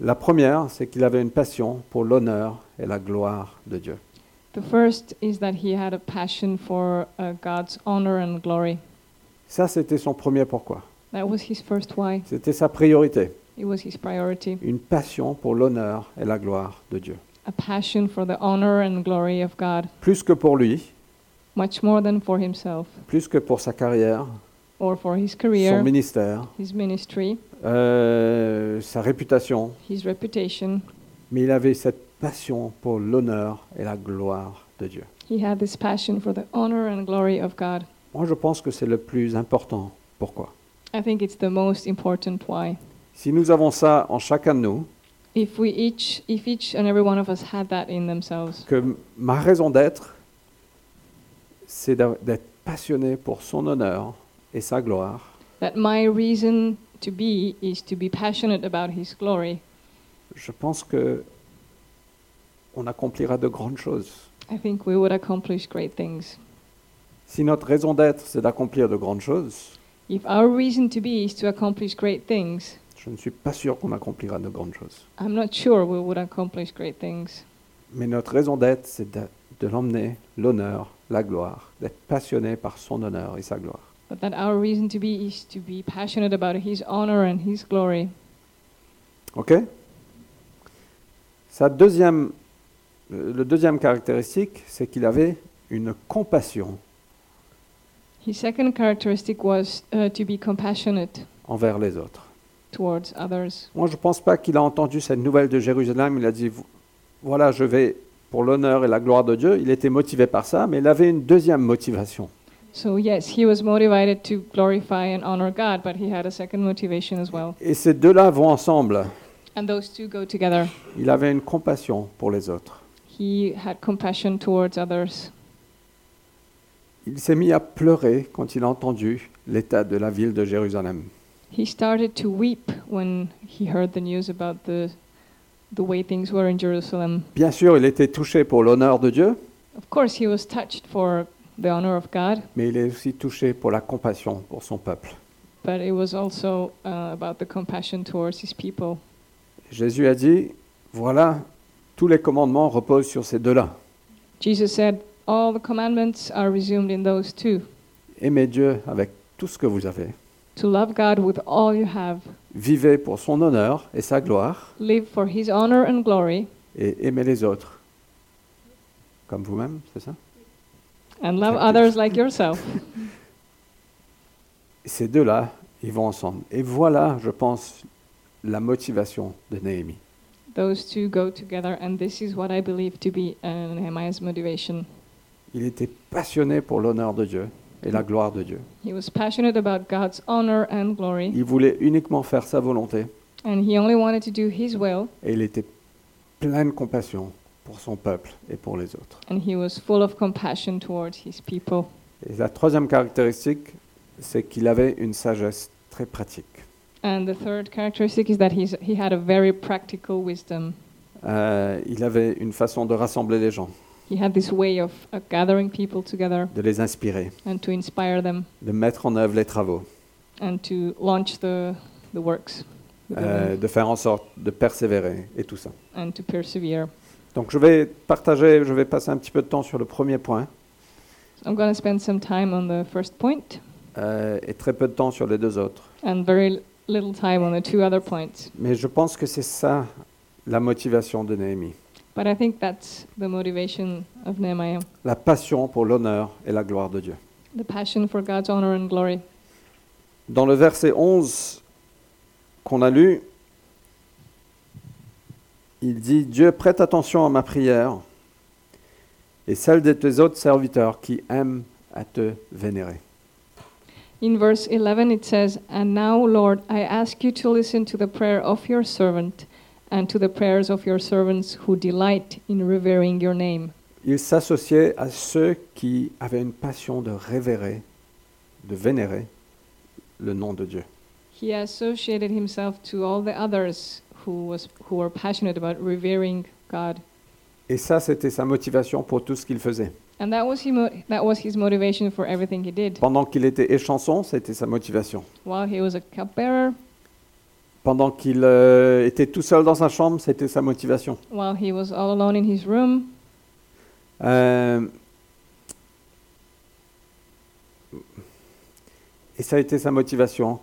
[SPEAKER 3] La première, c'est qu'il avait une passion pour l'honneur et la gloire de Dieu.
[SPEAKER 2] The first is that he had a passion for uh, God's honor and glory.
[SPEAKER 3] Ça, c'était son premier pourquoi.
[SPEAKER 2] That was his first why.
[SPEAKER 3] C'était sa priorité,
[SPEAKER 2] It was his priority.
[SPEAKER 3] une passion pour l'honneur et la gloire de Dieu.
[SPEAKER 2] A passion for the honor and glory of God,
[SPEAKER 3] Plus que pour lui,
[SPEAKER 2] much more than for himself
[SPEAKER 3] plus que pour sa carrière,
[SPEAKER 2] or for his
[SPEAKER 3] son
[SPEAKER 2] career,
[SPEAKER 3] ministère,
[SPEAKER 2] his ministry,
[SPEAKER 3] euh, sa réputation.
[SPEAKER 2] his reputation.
[SPEAKER 3] Mais il avait cette passion pour l'honneur et la gloire de Dieu.
[SPEAKER 2] He had this passion for the honor and glory of God.
[SPEAKER 3] Moi, je pense que c'est le plus important. Pourquoi
[SPEAKER 2] I think it's the most important why.
[SPEAKER 3] Si nous avons ça en chacun de nous,
[SPEAKER 2] If we each, if each and every one of us had that in themselves,
[SPEAKER 3] que m- ma raison d'être, c'est d'a- d'être passionné pour son honneur et sa gloire.
[SPEAKER 2] that my reason to be is to be passionate about His glory,
[SPEAKER 3] Je pense que on accomplira de grandes choses.
[SPEAKER 2] I think we would accomplish great things.
[SPEAKER 3] Si notre raison d'être, c'est d'accomplir de grandes choses,
[SPEAKER 2] If our reason to be is to accomplish great things,
[SPEAKER 3] je ne suis pas sûr qu'on accomplira de grandes choses.
[SPEAKER 2] I'm not sure we would accomplish great things.
[SPEAKER 3] Mais notre raison d'être, c'est de, de l'emmener l'honneur, la gloire, d'être passionné par son honneur et sa gloire.
[SPEAKER 2] But that our reason to be is to be passionate about His honor and His glory.
[SPEAKER 3] Ok Sa deuxième, euh, le le deuxième caractéristique, c'est qu'il avait une compassion
[SPEAKER 2] His second characteristic was uh, to be compassionate
[SPEAKER 3] envers les autres.
[SPEAKER 2] towards others.
[SPEAKER 3] Moi, je ne pense pas qu'il a entendu cette nouvelle de Jérusalem. Il a dit, Vo- voilà, je vais pour l'honneur et la gloire de Dieu. Il était motivé par ça, mais il avait une deuxième motivation.
[SPEAKER 2] So, yes, he was motivated to glorify and honor God, but he had a second motivation as well.
[SPEAKER 3] Et ces deux-là vont ensemble.
[SPEAKER 2] And those two go together.
[SPEAKER 3] Il avait une compassion pour les autres.
[SPEAKER 2] He had compassion towards others.
[SPEAKER 3] Il s'est mis à pleurer quand il a entendu l'état de la ville de Jérusalem.
[SPEAKER 2] He started to weep when he heard the news about the, the way things were in Jerusalem.
[SPEAKER 3] Bien sûr, il était touché pour l'honneur de Dieu,
[SPEAKER 2] Of course, he was touched for the honor of God,
[SPEAKER 3] mais il est aussi touché pour la compassion pour son peuple.
[SPEAKER 2] but it was also uh, about the compassion towards his people.
[SPEAKER 3] Jésus a dit, voilà, tous les commandements reposent sur ces deux-là.
[SPEAKER 2] Jesus said, All the commandments are resumed in those two
[SPEAKER 3] Aimez Dieu avec tout ce que vous avez
[SPEAKER 2] to love God with all you have,
[SPEAKER 3] vivez pour son honneur et sa gloire,
[SPEAKER 2] live for His honor and glory,
[SPEAKER 3] et aimez les autres. Comme vous-même, c'est ça
[SPEAKER 2] and love
[SPEAKER 3] Thank you.
[SPEAKER 2] others like yourself.
[SPEAKER 3] Ces deux-là, ils vont ensemble. Et voilà, je pense, la motivation de Néhémie.
[SPEAKER 2] Those two go together, and this is what I believe to be uh, Nehemiah's motivation.
[SPEAKER 3] Il était passionné pour l'honneur de Dieu et la gloire de Dieu.
[SPEAKER 2] He was passionate about God's honor and glory,
[SPEAKER 3] Il voulait uniquement faire sa volonté
[SPEAKER 2] and he only wanted to do His will,
[SPEAKER 3] et il était plein de compassion pour son peuple et pour les autres.
[SPEAKER 2] and he was full of compassion towards his people.
[SPEAKER 3] Et la troisième caractéristique, c'est qu'il avait une sagesse très pratique.
[SPEAKER 2] And the third characteristic is that he's, he had a very practical wisdom.
[SPEAKER 3] Euh, il avait une façon de rassembler les gens,
[SPEAKER 2] He had this way of uh, gathering people together
[SPEAKER 3] de les inspirer,
[SPEAKER 2] and to inspire them
[SPEAKER 3] de mettre en œuvre les travaux,
[SPEAKER 2] and to launch the, the works with the
[SPEAKER 3] euh,
[SPEAKER 2] wind
[SPEAKER 3] de faire en sorte de persévérer et tout ça.
[SPEAKER 2] and to persevere.
[SPEAKER 3] Donc je vais partager, je vais passer un petit peu de temps sur le premier point
[SPEAKER 2] I'm going to spend some time on the first point
[SPEAKER 3] euh, et très peu de temps sur les deux autres.
[SPEAKER 2] and very l- little time on the two other points.
[SPEAKER 3] Mais je pense que c'est ça la motivation de Néhémie.
[SPEAKER 2] But I think that's the motivation of Nehemiah
[SPEAKER 3] La passion pour l'honneur et la gloire de Dieu.
[SPEAKER 2] the passion for God's honor and glory.
[SPEAKER 3] Dans le verset 11 qu'on a lu, il dit Dieu prête attention à ma prière et celle de tes autres serviteurs qui aiment à te vénérer.
[SPEAKER 2] In verse 11, it says, And now, Lord, I ask you to listen to the prayer of your servant and to the prayers of your servants who delight in revering your name.
[SPEAKER 3] Il s'associait à ceux qui avaient une passion de révérer, de vénérer le nom de Dieu.
[SPEAKER 2] He associated himself to all the others who, was, who were passionate about revering God.
[SPEAKER 3] Et ça, c'était sa motivation pour tout ce qu'il faisait.
[SPEAKER 2] And that was, his mo- that was his motivation for everything he did.
[SPEAKER 3] Pendant qu'il était échanson, c'était sa motivation.
[SPEAKER 2] While he was a cupbearer,
[SPEAKER 3] Pendant qu'il euh, était tout seul dans sa chambre, c'était sa motivation.
[SPEAKER 2] while he was all alone in his room,
[SPEAKER 3] Euh, Et ça a été sa motivation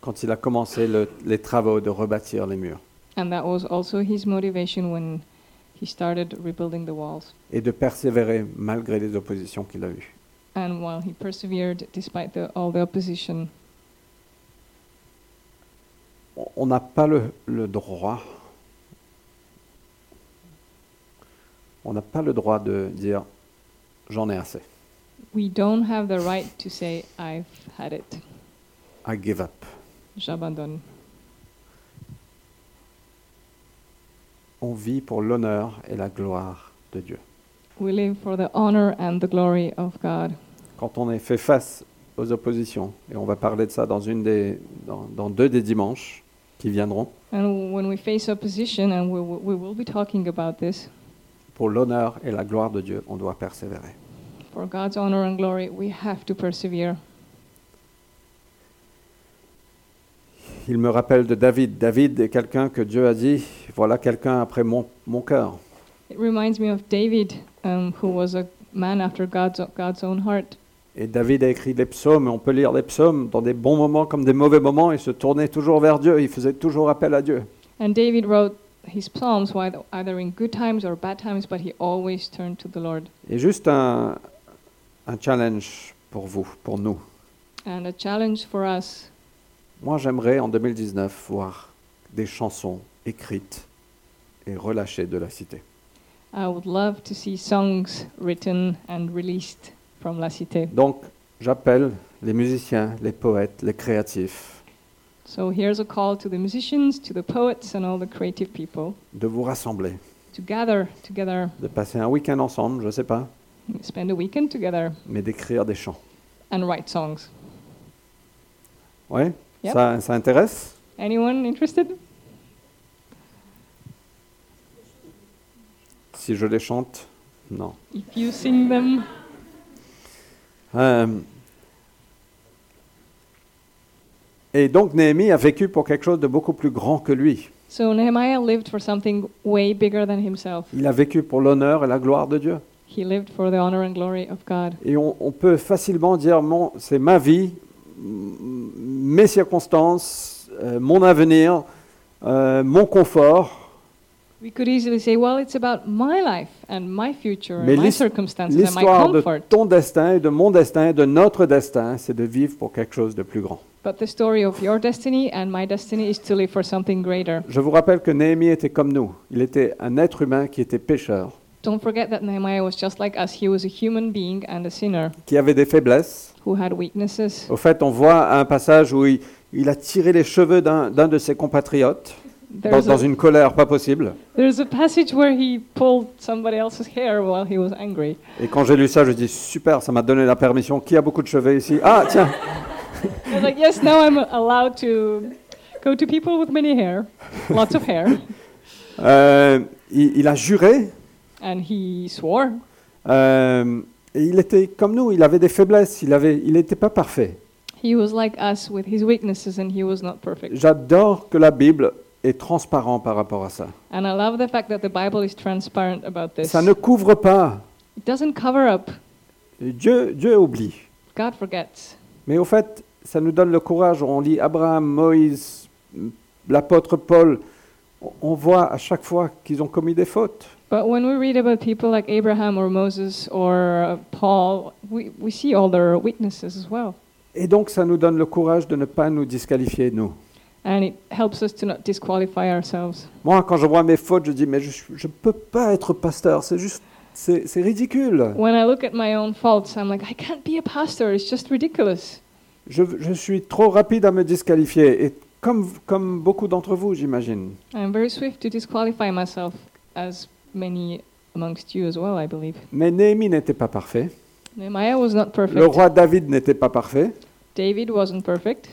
[SPEAKER 3] quand il a commencé le- les travaux de rebâtir les murs
[SPEAKER 2] and that was also his motivation when he started rebuilding the walls
[SPEAKER 3] et de persévérer malgré les oppositions qu'il a eues.
[SPEAKER 2] and while he persevered despite the, all the opposition.
[SPEAKER 3] On- On n'a pas le, le droit. On n'a pas le droit de dire j'en ai assez.
[SPEAKER 2] We don't have the right to say, I've had it,
[SPEAKER 3] I give up.
[SPEAKER 2] j'abandonne.
[SPEAKER 3] On vit pour l'honneur et la gloire de Dieu.
[SPEAKER 2] We live for the honor and the glory of God.
[SPEAKER 3] quand on est fait face aux oppositions, et on va parler de ça dans, une des, dans, dans deux des dimanches qui viendront,
[SPEAKER 2] And when we face opposition, and we, will- we will be talking about this,
[SPEAKER 3] pour l'honneur et la gloire de Dieu, on doit persévérer.
[SPEAKER 2] for God's honor and glory, we have to persevere.
[SPEAKER 3] Il me rappelle de David. David est quelqu'un que Dieu a dit, voilà quelqu'un après mon, mon cœur.
[SPEAKER 2] It reminds me of David, um, who was a man after God's, God's own heart.
[SPEAKER 3] Et David a écrit les psaumes, et on peut lire les psaumes dans des bons moments comme des mauvais moments, il se tournait toujours vers Dieu, il faisait toujours appel à Dieu.
[SPEAKER 2] And David wrote his psalms while- either in good times or bad times, but he always turned to the Lord.
[SPEAKER 3] Et juste un, un challenge pour vous, pour nous.
[SPEAKER 2] And a challenge for us
[SPEAKER 3] Moi, j'aimerais en 2019 voir des chansons écrites et relâchées de la cité.
[SPEAKER 2] I would love to see songs written and released from La Cité.
[SPEAKER 3] Donc, j'appelle les musiciens, les poètes, les créatifs
[SPEAKER 2] So here's a call to the musicians, to the poets, and all the creative people
[SPEAKER 3] de vous rassembler,
[SPEAKER 2] to gather together,
[SPEAKER 3] de passer un week-end ensemble, je ne sais pas,
[SPEAKER 2] spend a weekend together,
[SPEAKER 3] mais d'écrire des chants.
[SPEAKER 2] and write songs.
[SPEAKER 3] Ouais
[SPEAKER 2] Yep.
[SPEAKER 3] ça, ça intéresse
[SPEAKER 2] Anyone interested?
[SPEAKER 3] Si je les chante Non.
[SPEAKER 2] If you sing them,
[SPEAKER 3] Euh, et donc, Néhémie a vécu pour quelque chose de beaucoup plus grand que lui.
[SPEAKER 2] So Nehemiah lived for something way bigger than himself.
[SPEAKER 3] Il a vécu pour l'honneur et la gloire de Dieu.
[SPEAKER 2] He lived for the honor and glory of God.
[SPEAKER 3] Et on, on peut facilement dire, Mon- c'est ma vie, m- mes circonstances, euh, mon avenir, euh, mon confort.
[SPEAKER 2] We could easily say, well, it's about my life and my future
[SPEAKER 3] Mais
[SPEAKER 2] and my
[SPEAKER 3] l'his-
[SPEAKER 2] circumstances and my
[SPEAKER 3] L'histoire de
[SPEAKER 2] comfort.
[SPEAKER 3] ton destin et de mon destin et de notre destin, c'est de vivre pour quelque chose de plus grand.
[SPEAKER 2] But the story of your destiny and my destiny is to live for something greater.
[SPEAKER 3] Je vous rappelle que Néhémie était comme nous. Il était un être humain qui était pécheur,
[SPEAKER 2] Don't forget that Nehemiah was just like us. He was a human being and a sinner
[SPEAKER 3] qui avait des faiblesses.
[SPEAKER 2] who had weaknesses.
[SPEAKER 3] Au fait, on voit un passage où il, il a tiré les cheveux d'un d'un de ses compatriotes dans,
[SPEAKER 2] There's
[SPEAKER 3] dans
[SPEAKER 2] a,
[SPEAKER 3] une colère pas possible.
[SPEAKER 2] there's a passage where he pulled somebody else's hair while he was angry.
[SPEAKER 3] Et quand j'ai lu ça, je dis super, ça m'a donné la permission. Qui a beaucoup de cheveux ici Ah tiens,
[SPEAKER 2] I was like, yes, now I'm allowed to go to people with many hair, lots of hair.
[SPEAKER 3] Euh, il, il a juré.
[SPEAKER 2] And he swore.
[SPEAKER 3] euh, et il était comme nous. Il avait des faiblesses. Il avait, il n'était pas parfait.
[SPEAKER 2] He was like us with his weaknesses and he was not perfect.
[SPEAKER 3] J'adore que la Bible est transparente par rapport à ça.
[SPEAKER 2] And I love the fact that the Bible is transparent about this.
[SPEAKER 3] Ça ne couvre pas.
[SPEAKER 2] It doesn't cover up.
[SPEAKER 3] Dieu, Dieu oublie.
[SPEAKER 2] God forgets.
[SPEAKER 3] Mais au fait, ça nous donne le courage. On lit Abraham, Moïse, l'apôtre Paul. On- On voit à chaque fois qu'ils ont commis des fautes.
[SPEAKER 2] But when we read about people like Abraham or Moses or uh, Paul, we, we see all their weaknesses as well.
[SPEAKER 3] Et donc, ça nous donne le courage de ne pas nous disqualifier, nous.
[SPEAKER 2] And it helps us to not disqualify ourselves.
[SPEAKER 3] Moi, quand je vois mes fautes, je dis, mais je ne peux pas être pasteur, c'est juste, c'est c'est ridicule.
[SPEAKER 2] When I look at my own faults, I'm like, I can't be a pastor. It's just ridiculous.
[SPEAKER 3] Je, je suis trop rapide à me disqualifier. Et comme, comme beaucoup d'entre vous, j'imagine.
[SPEAKER 2] I'm very swift to disqualify myself, as many amongst you as well, I believe.
[SPEAKER 3] Mais Néhémie n'était pas parfait.
[SPEAKER 2] Nehemiah was not perfect.
[SPEAKER 3] Le roi David n'était pas parfait.
[SPEAKER 2] David wasn't perfect.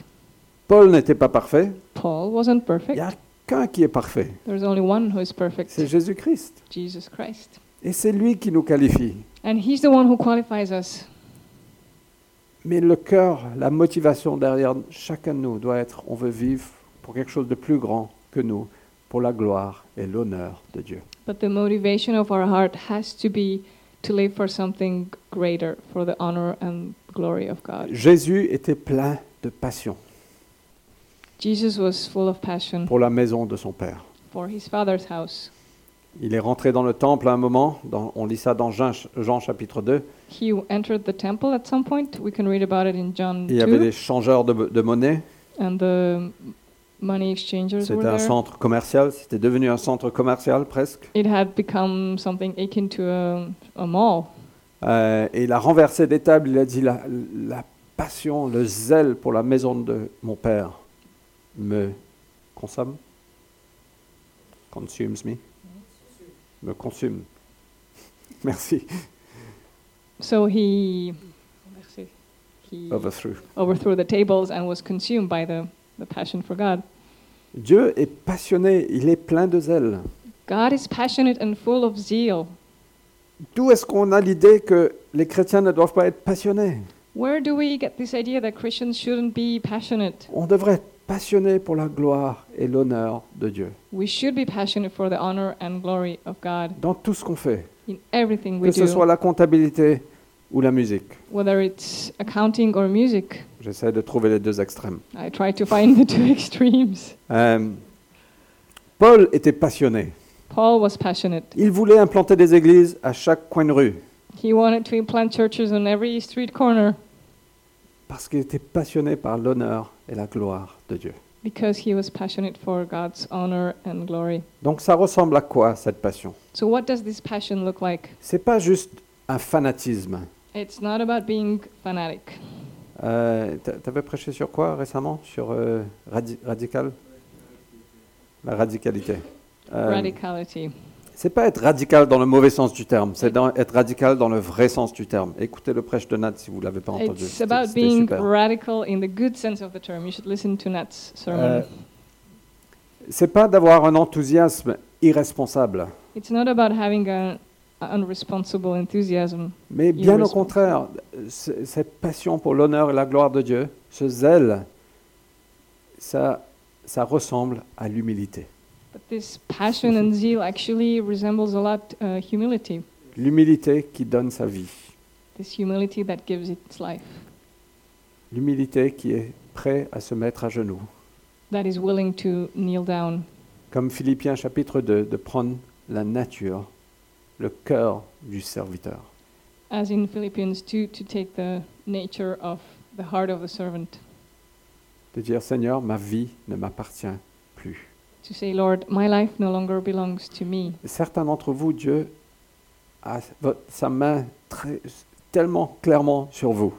[SPEAKER 3] Paul n'était pas parfait.
[SPEAKER 2] Paul wasn't
[SPEAKER 3] Il n'y
[SPEAKER 2] perfect.
[SPEAKER 3] a qu'un qui est parfait.
[SPEAKER 2] There's only one who is perfect
[SPEAKER 3] C'est Jésus-Christ.
[SPEAKER 2] Jesus Christ.
[SPEAKER 3] Et c'est lui qui nous qualifie.
[SPEAKER 2] And he's the one who qualifies us.
[SPEAKER 3] Mais le cœur, la motivation derrière chacun de nous doit être, on veut vivre pour quelque chose de plus grand que nous, pour la gloire et l'honneur de Dieu.
[SPEAKER 2] But the motivation of our heart has to be to live for something greater, for the honor and glory of God.
[SPEAKER 3] Jésus était plein de passion
[SPEAKER 2] Jesus was full of passion
[SPEAKER 3] pour la maison de son Père.
[SPEAKER 2] for his father's house.
[SPEAKER 3] Il est rentré dans le temple à un moment, dans- on lit ça dans Jean, Jean chapitre 2,
[SPEAKER 2] He entered the temple at some point. We can read about it in John
[SPEAKER 3] il y avait
[SPEAKER 2] 2.
[SPEAKER 3] des changeurs de, de monnaie,
[SPEAKER 2] And the money exchangers were
[SPEAKER 3] c'était un
[SPEAKER 2] there.
[SPEAKER 3] centre commercial, c'était devenu un centre commercial presque,
[SPEAKER 2] It had become something akin to a, a mall.
[SPEAKER 3] Euh, et il a renversé des tables, il a dit la, la passion, le zèle pour la maison de mon Père me consomme, consumes me, me consume. Merci,
[SPEAKER 2] So he, he
[SPEAKER 3] overthrew.
[SPEAKER 2] overthrew the tables and was consumed by the, the passion for God.
[SPEAKER 3] Dieu est passionné, il est plein de zèle.
[SPEAKER 2] God is passionate and full of zeal.
[SPEAKER 3] D'où est-ce qu'on a l'idée que les chrétiens ne doivent pas être passionnés
[SPEAKER 2] Where do we get this idea that Christians shouldn't be passionate?
[SPEAKER 3] On devrait être passionné pour la gloire et l'honneur de Dieu,
[SPEAKER 2] We should be passionate for the honor and glory of God
[SPEAKER 3] dans tout ce qu'on fait,
[SPEAKER 2] in everything we
[SPEAKER 3] que ce soit
[SPEAKER 2] do,
[SPEAKER 3] la comptabilité ou la musique.
[SPEAKER 2] whether it's accounting or music.
[SPEAKER 3] J'essaie de trouver les deux extrêmes.
[SPEAKER 2] I try to find the two extremes.
[SPEAKER 3] Euh, Paul était passionné.
[SPEAKER 2] Paul was passionate.
[SPEAKER 3] Il voulait implanter des églises à chaque coin de rue
[SPEAKER 2] He wanted to implant churches on every street corner
[SPEAKER 3] parce qu'il était passionné par l'honneur et la gloire de Dieu.
[SPEAKER 2] because he was passionate for God's honor and glory.
[SPEAKER 3] Donc ça ressemble à quoi cette passion
[SPEAKER 2] So, what does this passion look like?
[SPEAKER 3] C'est pas juste un fanatisme.
[SPEAKER 2] It's not about being fanatic.
[SPEAKER 3] Euh, t'a- T'avais prêché sur quoi récemment Sur euh, radi- radical La radicalité. Euh,
[SPEAKER 2] Radicality.
[SPEAKER 3] c'est pas être radical dans le mauvais sens du terme, c'est dans- être radical dans le vrai sens du terme. Écoutez le prêche de Nat si vous l'avez pas entendu.
[SPEAKER 2] It's
[SPEAKER 3] C'était-
[SPEAKER 2] about
[SPEAKER 3] c'était
[SPEAKER 2] being
[SPEAKER 3] super.
[SPEAKER 2] radical in the good sense of the term. You should listen to Nat's sermon.
[SPEAKER 3] Euh, c'est pas d'avoir un enthousiasme irresponsable,
[SPEAKER 2] it's not about having an unresponsible enthusiasm,
[SPEAKER 3] mais bien au
[SPEAKER 2] Irresponsable.
[SPEAKER 3] contraire, c- cette passion pour l'honneur et la gloire de Dieu, ce zèle, ça, ça ressemble à l'humilité.
[SPEAKER 2] but this passion and zeal actually resembles a lot uh, humility.
[SPEAKER 3] L'humilité qui donne sa vie.
[SPEAKER 2] This humility that gives its life.
[SPEAKER 3] L'humilité qui est prêt à se mettre à genoux.
[SPEAKER 2] that is willing to kneel down,
[SPEAKER 3] Comme Philippiens chapitre 2, de prendre la nature, le cœur du serviteur.
[SPEAKER 2] as in Philippians 2, to take the nature of the heart of the servant,
[SPEAKER 3] De dire Seigneur, ma vie ne m'appartient plus.
[SPEAKER 2] to say, Lord, my life no longer belongs to me.
[SPEAKER 3] Certains d'entre vous, Dieu a votre- sa main très- tellement clairement sur vous.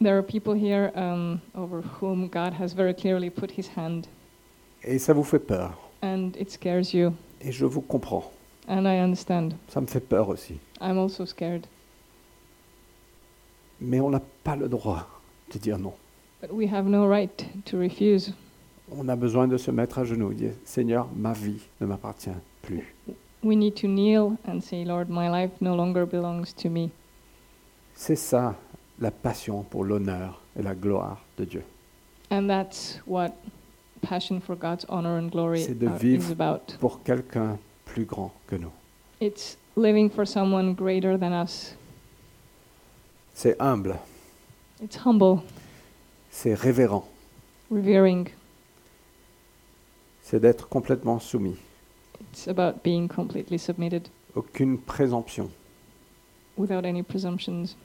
[SPEAKER 2] There are people here um, over whom God has very clearly put his hand,
[SPEAKER 3] Et ça vous fait peur.
[SPEAKER 2] and it scares you.
[SPEAKER 3] Et je vous comprends.
[SPEAKER 2] And I understand.
[SPEAKER 3] Ça me fait peur aussi.
[SPEAKER 2] I'm also scared.
[SPEAKER 3] Mais on n'a pas le droit de dire non.
[SPEAKER 2] But we have no right to refuse.
[SPEAKER 3] On a besoin de se mettre à genoux et dire Seigneur, ma vie ne m'appartient plus.
[SPEAKER 2] We need to kneel and say, Lord, my life no longer belongs to me.
[SPEAKER 3] C'est ça la passion pour l'honneur et la gloire de Dieu.
[SPEAKER 2] And that's what passion for God's honor and glory
[SPEAKER 3] C'est de
[SPEAKER 2] are- is
[SPEAKER 3] vivre.
[SPEAKER 2] about.
[SPEAKER 3] Pour quelqu'un plus grand que nous.
[SPEAKER 2] It's living for someone greater than us.
[SPEAKER 3] C'est humble,
[SPEAKER 2] It's humble,
[SPEAKER 3] c'est révérent,
[SPEAKER 2] revering.
[SPEAKER 3] c'est d'être complètement soumis.
[SPEAKER 2] It's about being completely submitted
[SPEAKER 3] Aucune présomption
[SPEAKER 2] without any presumptions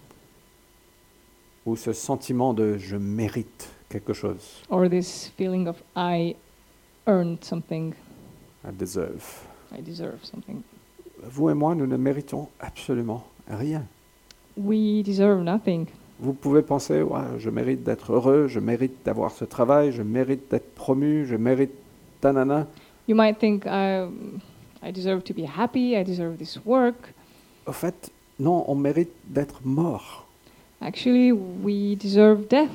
[SPEAKER 3] ou ce sentiment de je mérite quelque chose.
[SPEAKER 2] or this feeling of I earned something,
[SPEAKER 3] I deserve.
[SPEAKER 2] I deserve something.
[SPEAKER 3] Vous et moi, nous ne méritons absolument rien.
[SPEAKER 2] We deserve nothing.
[SPEAKER 3] Vous pouvez penser, Ouais, je mérite d'être heureux, je mérite d'avoir ce travail, je mérite d'être promu, je mérite tanana.
[SPEAKER 2] You might think, um, I deserve to be happy, I deserve this work.
[SPEAKER 3] Au fait, non, on mérite d'être mort.
[SPEAKER 2] Actually, we deserve death.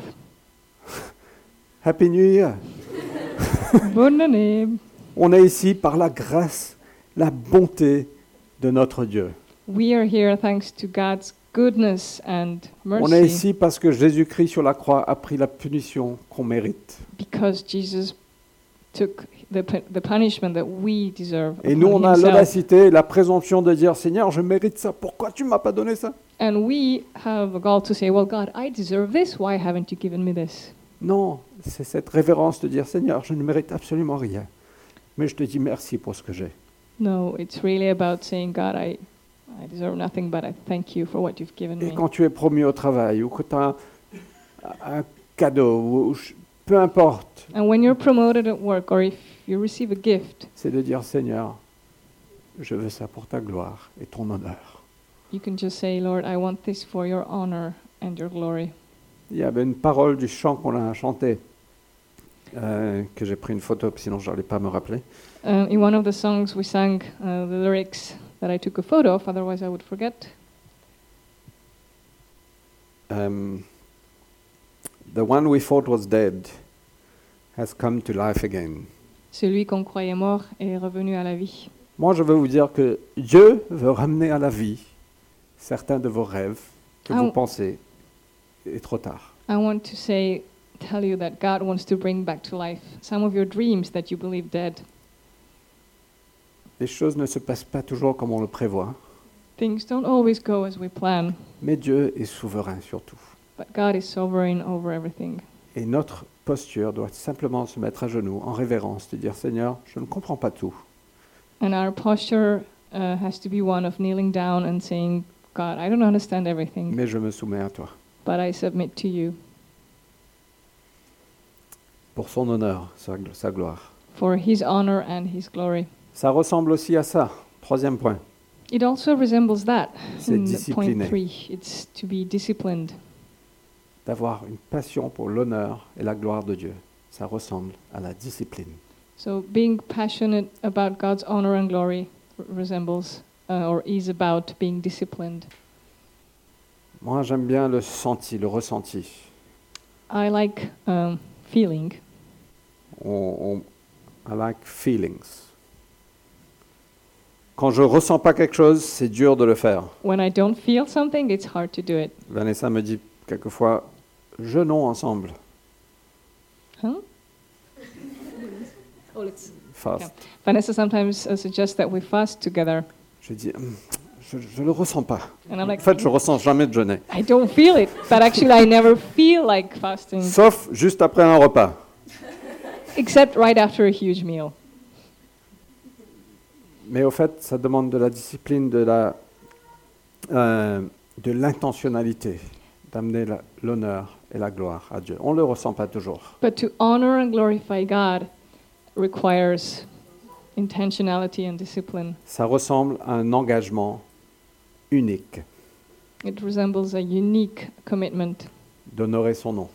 [SPEAKER 3] Happy New Year.
[SPEAKER 2] Bonne année.
[SPEAKER 3] On est ici par la grâce, la bonté de notre Dieu.
[SPEAKER 2] We are here thanks to God's goodness and
[SPEAKER 3] On est
[SPEAKER 2] mercy
[SPEAKER 3] ici parce que Jésus-Christ sur la croix a pris la punition qu'on mérite.
[SPEAKER 2] because Jesus took the, pu- the punishment that we deserve.
[SPEAKER 3] Et
[SPEAKER 2] upon
[SPEAKER 3] nous, on a
[SPEAKER 2] himself.
[SPEAKER 3] l'audacité, et la présomption de dire, Seigneur, je mérite ça. Pourquoi tu m'as pas donné ça
[SPEAKER 2] And we have a gall to say, well, God, I deserve this. Why haven't you given me this?
[SPEAKER 3] Non, c'est cette révérence de dire, Seigneur, je ne mérite absolument rien. Mais je te dis merci pour ce que j'ai.
[SPEAKER 2] No, it's really about saying, God, I, I deserve nothing, but I thank you for what you've given
[SPEAKER 3] Et
[SPEAKER 2] me.
[SPEAKER 3] quand tu es promu au travail, ou que tu as un, un cadeau, ou je- peu importe,
[SPEAKER 2] And when you're promoted at work or if you receive a gift,
[SPEAKER 3] c'est de dire, Seigneur, je veux ça pour ta gloire et ton honneur.
[SPEAKER 2] you can just say, Lord, I want this for your honor and your glory.
[SPEAKER 3] Il y avait une parole du chant qu'on a chanté, euh, que j'ai pris une photo, sinon je n'allais pas me rappeler.
[SPEAKER 2] Um, in one of the songs we sang uh, the lyrics that I took a photo of, otherwise I would forget.
[SPEAKER 3] Um, the one we thought was dead has come to life again.
[SPEAKER 2] Celui qu'on croyait mort est revenu à la vie.
[SPEAKER 3] Moi, je veux vous dire que Dieu veut ramener à la vie certains de vos rêves que
[SPEAKER 2] Ah,
[SPEAKER 3] vous
[SPEAKER 2] on-
[SPEAKER 3] pensez est trop tard.
[SPEAKER 2] I want to say, tell you that God wants to bring back to life some of your dreams that you believe dead.
[SPEAKER 3] Les choses ne se passent pas toujours comme on le prévoit,
[SPEAKER 2] Things don't always go as we plan,
[SPEAKER 3] mais Dieu est souverain surtout.
[SPEAKER 2] but God is sovereign over everything.
[SPEAKER 3] Et notre posture doit simplement se mettre à genoux en révérence, de dire Seigneur, je ne comprends pas tout,
[SPEAKER 2] And our posture uh, has to be one of kneeling down and saying, God, I don't understand everything,
[SPEAKER 3] mais je me soumets à toi
[SPEAKER 2] but I submit to you
[SPEAKER 3] pour son honneur, sa gl- sa gloire.
[SPEAKER 2] for His honor and His glory.
[SPEAKER 3] Ça ressemble aussi à ça. Troisième point.
[SPEAKER 2] It also resembles that
[SPEAKER 3] C'est
[SPEAKER 2] in the Hmm, point
[SPEAKER 3] discipliné.
[SPEAKER 2] three. It's to be disciplined,
[SPEAKER 3] d'avoir une passion pour l'honneur et la gloire de Dieu. Ça ressemble à la discipline.
[SPEAKER 2] So being passionate about God's honor and glory r- resembles uh, or is about being disciplined.
[SPEAKER 3] Moi, j'aime bien le senti, le ressenti.
[SPEAKER 2] I like um, feeling.
[SPEAKER 3] On, on- I like feelings. Quand je ressens pas quelque chose, c'est dur de le faire.
[SPEAKER 2] When I don't feel something, it's hard to do it.
[SPEAKER 3] Vanessa me dit quelquefois, jeûnons ensemble.
[SPEAKER 2] Huh?
[SPEAKER 3] Fast.
[SPEAKER 2] Vanessa sometimes uh, suggests that we fast together.
[SPEAKER 3] Je dis, Hum, je ne le ressens pas.
[SPEAKER 2] And I'm
[SPEAKER 3] En
[SPEAKER 2] like,
[SPEAKER 3] fait, je ressens jamais de jeûner.
[SPEAKER 2] I don't feel it, but actually I never feel like fasting
[SPEAKER 3] Sauf juste après un repas.
[SPEAKER 2] except right after a huge meal.
[SPEAKER 3] Mais au fait, ça demande de la discipline, de la, euh, de l'intentionnalité, d'amener la- l'honneur et la gloire à Dieu. On ne le ressent pas toujours.
[SPEAKER 2] But to honor and glorify God requires intentionality and discipline.
[SPEAKER 3] Ça ressemble à un engagement unique
[SPEAKER 2] It resembles a unique commitment
[SPEAKER 3] d'honorer son nom,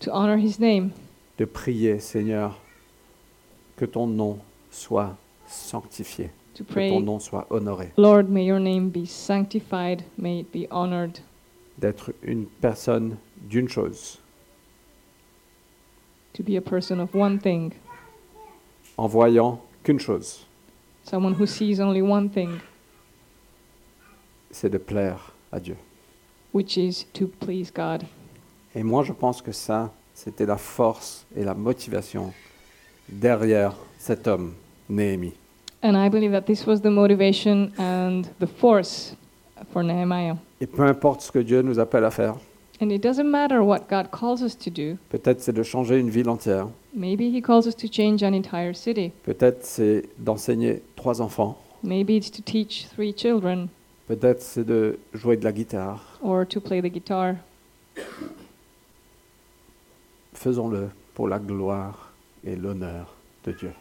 [SPEAKER 2] to honor His name,
[SPEAKER 3] de prier, Seigneur, que ton nom soit sanctifié,
[SPEAKER 2] to
[SPEAKER 3] que ton
[SPEAKER 2] pray,
[SPEAKER 3] nom soit honoré,
[SPEAKER 2] Lord, may your name be sanctified, may it be honored,
[SPEAKER 3] d'être une personne d'une chose,
[SPEAKER 2] to be a person of one thing,
[SPEAKER 3] en voyant qu'une chose,
[SPEAKER 2] someone who sees only one thing,
[SPEAKER 3] c'est de plaire à Dieu.
[SPEAKER 2] which is to please God.
[SPEAKER 3] Et moi, je pense que ça, c'était la force et la motivation derrière cet homme, Néhémie.
[SPEAKER 2] And I believe that this was the motivation and the force for Nehemiah.
[SPEAKER 3] Et peu importe ce que Dieu nous appelle à faire,
[SPEAKER 2] And it doesn't matter what God calls us to do.
[SPEAKER 3] peut-être c'est de changer une ville entière,
[SPEAKER 2] Maybe He calls us to change an entire city.
[SPEAKER 3] peut-être c'est d'enseigner trois enfants,
[SPEAKER 2] Maybe it's to teach three children
[SPEAKER 3] peut-être c'est de jouer de la guitare.
[SPEAKER 2] or to play the guitar.
[SPEAKER 3] Faisons-le pour la gloire et l'honneur de Dieu.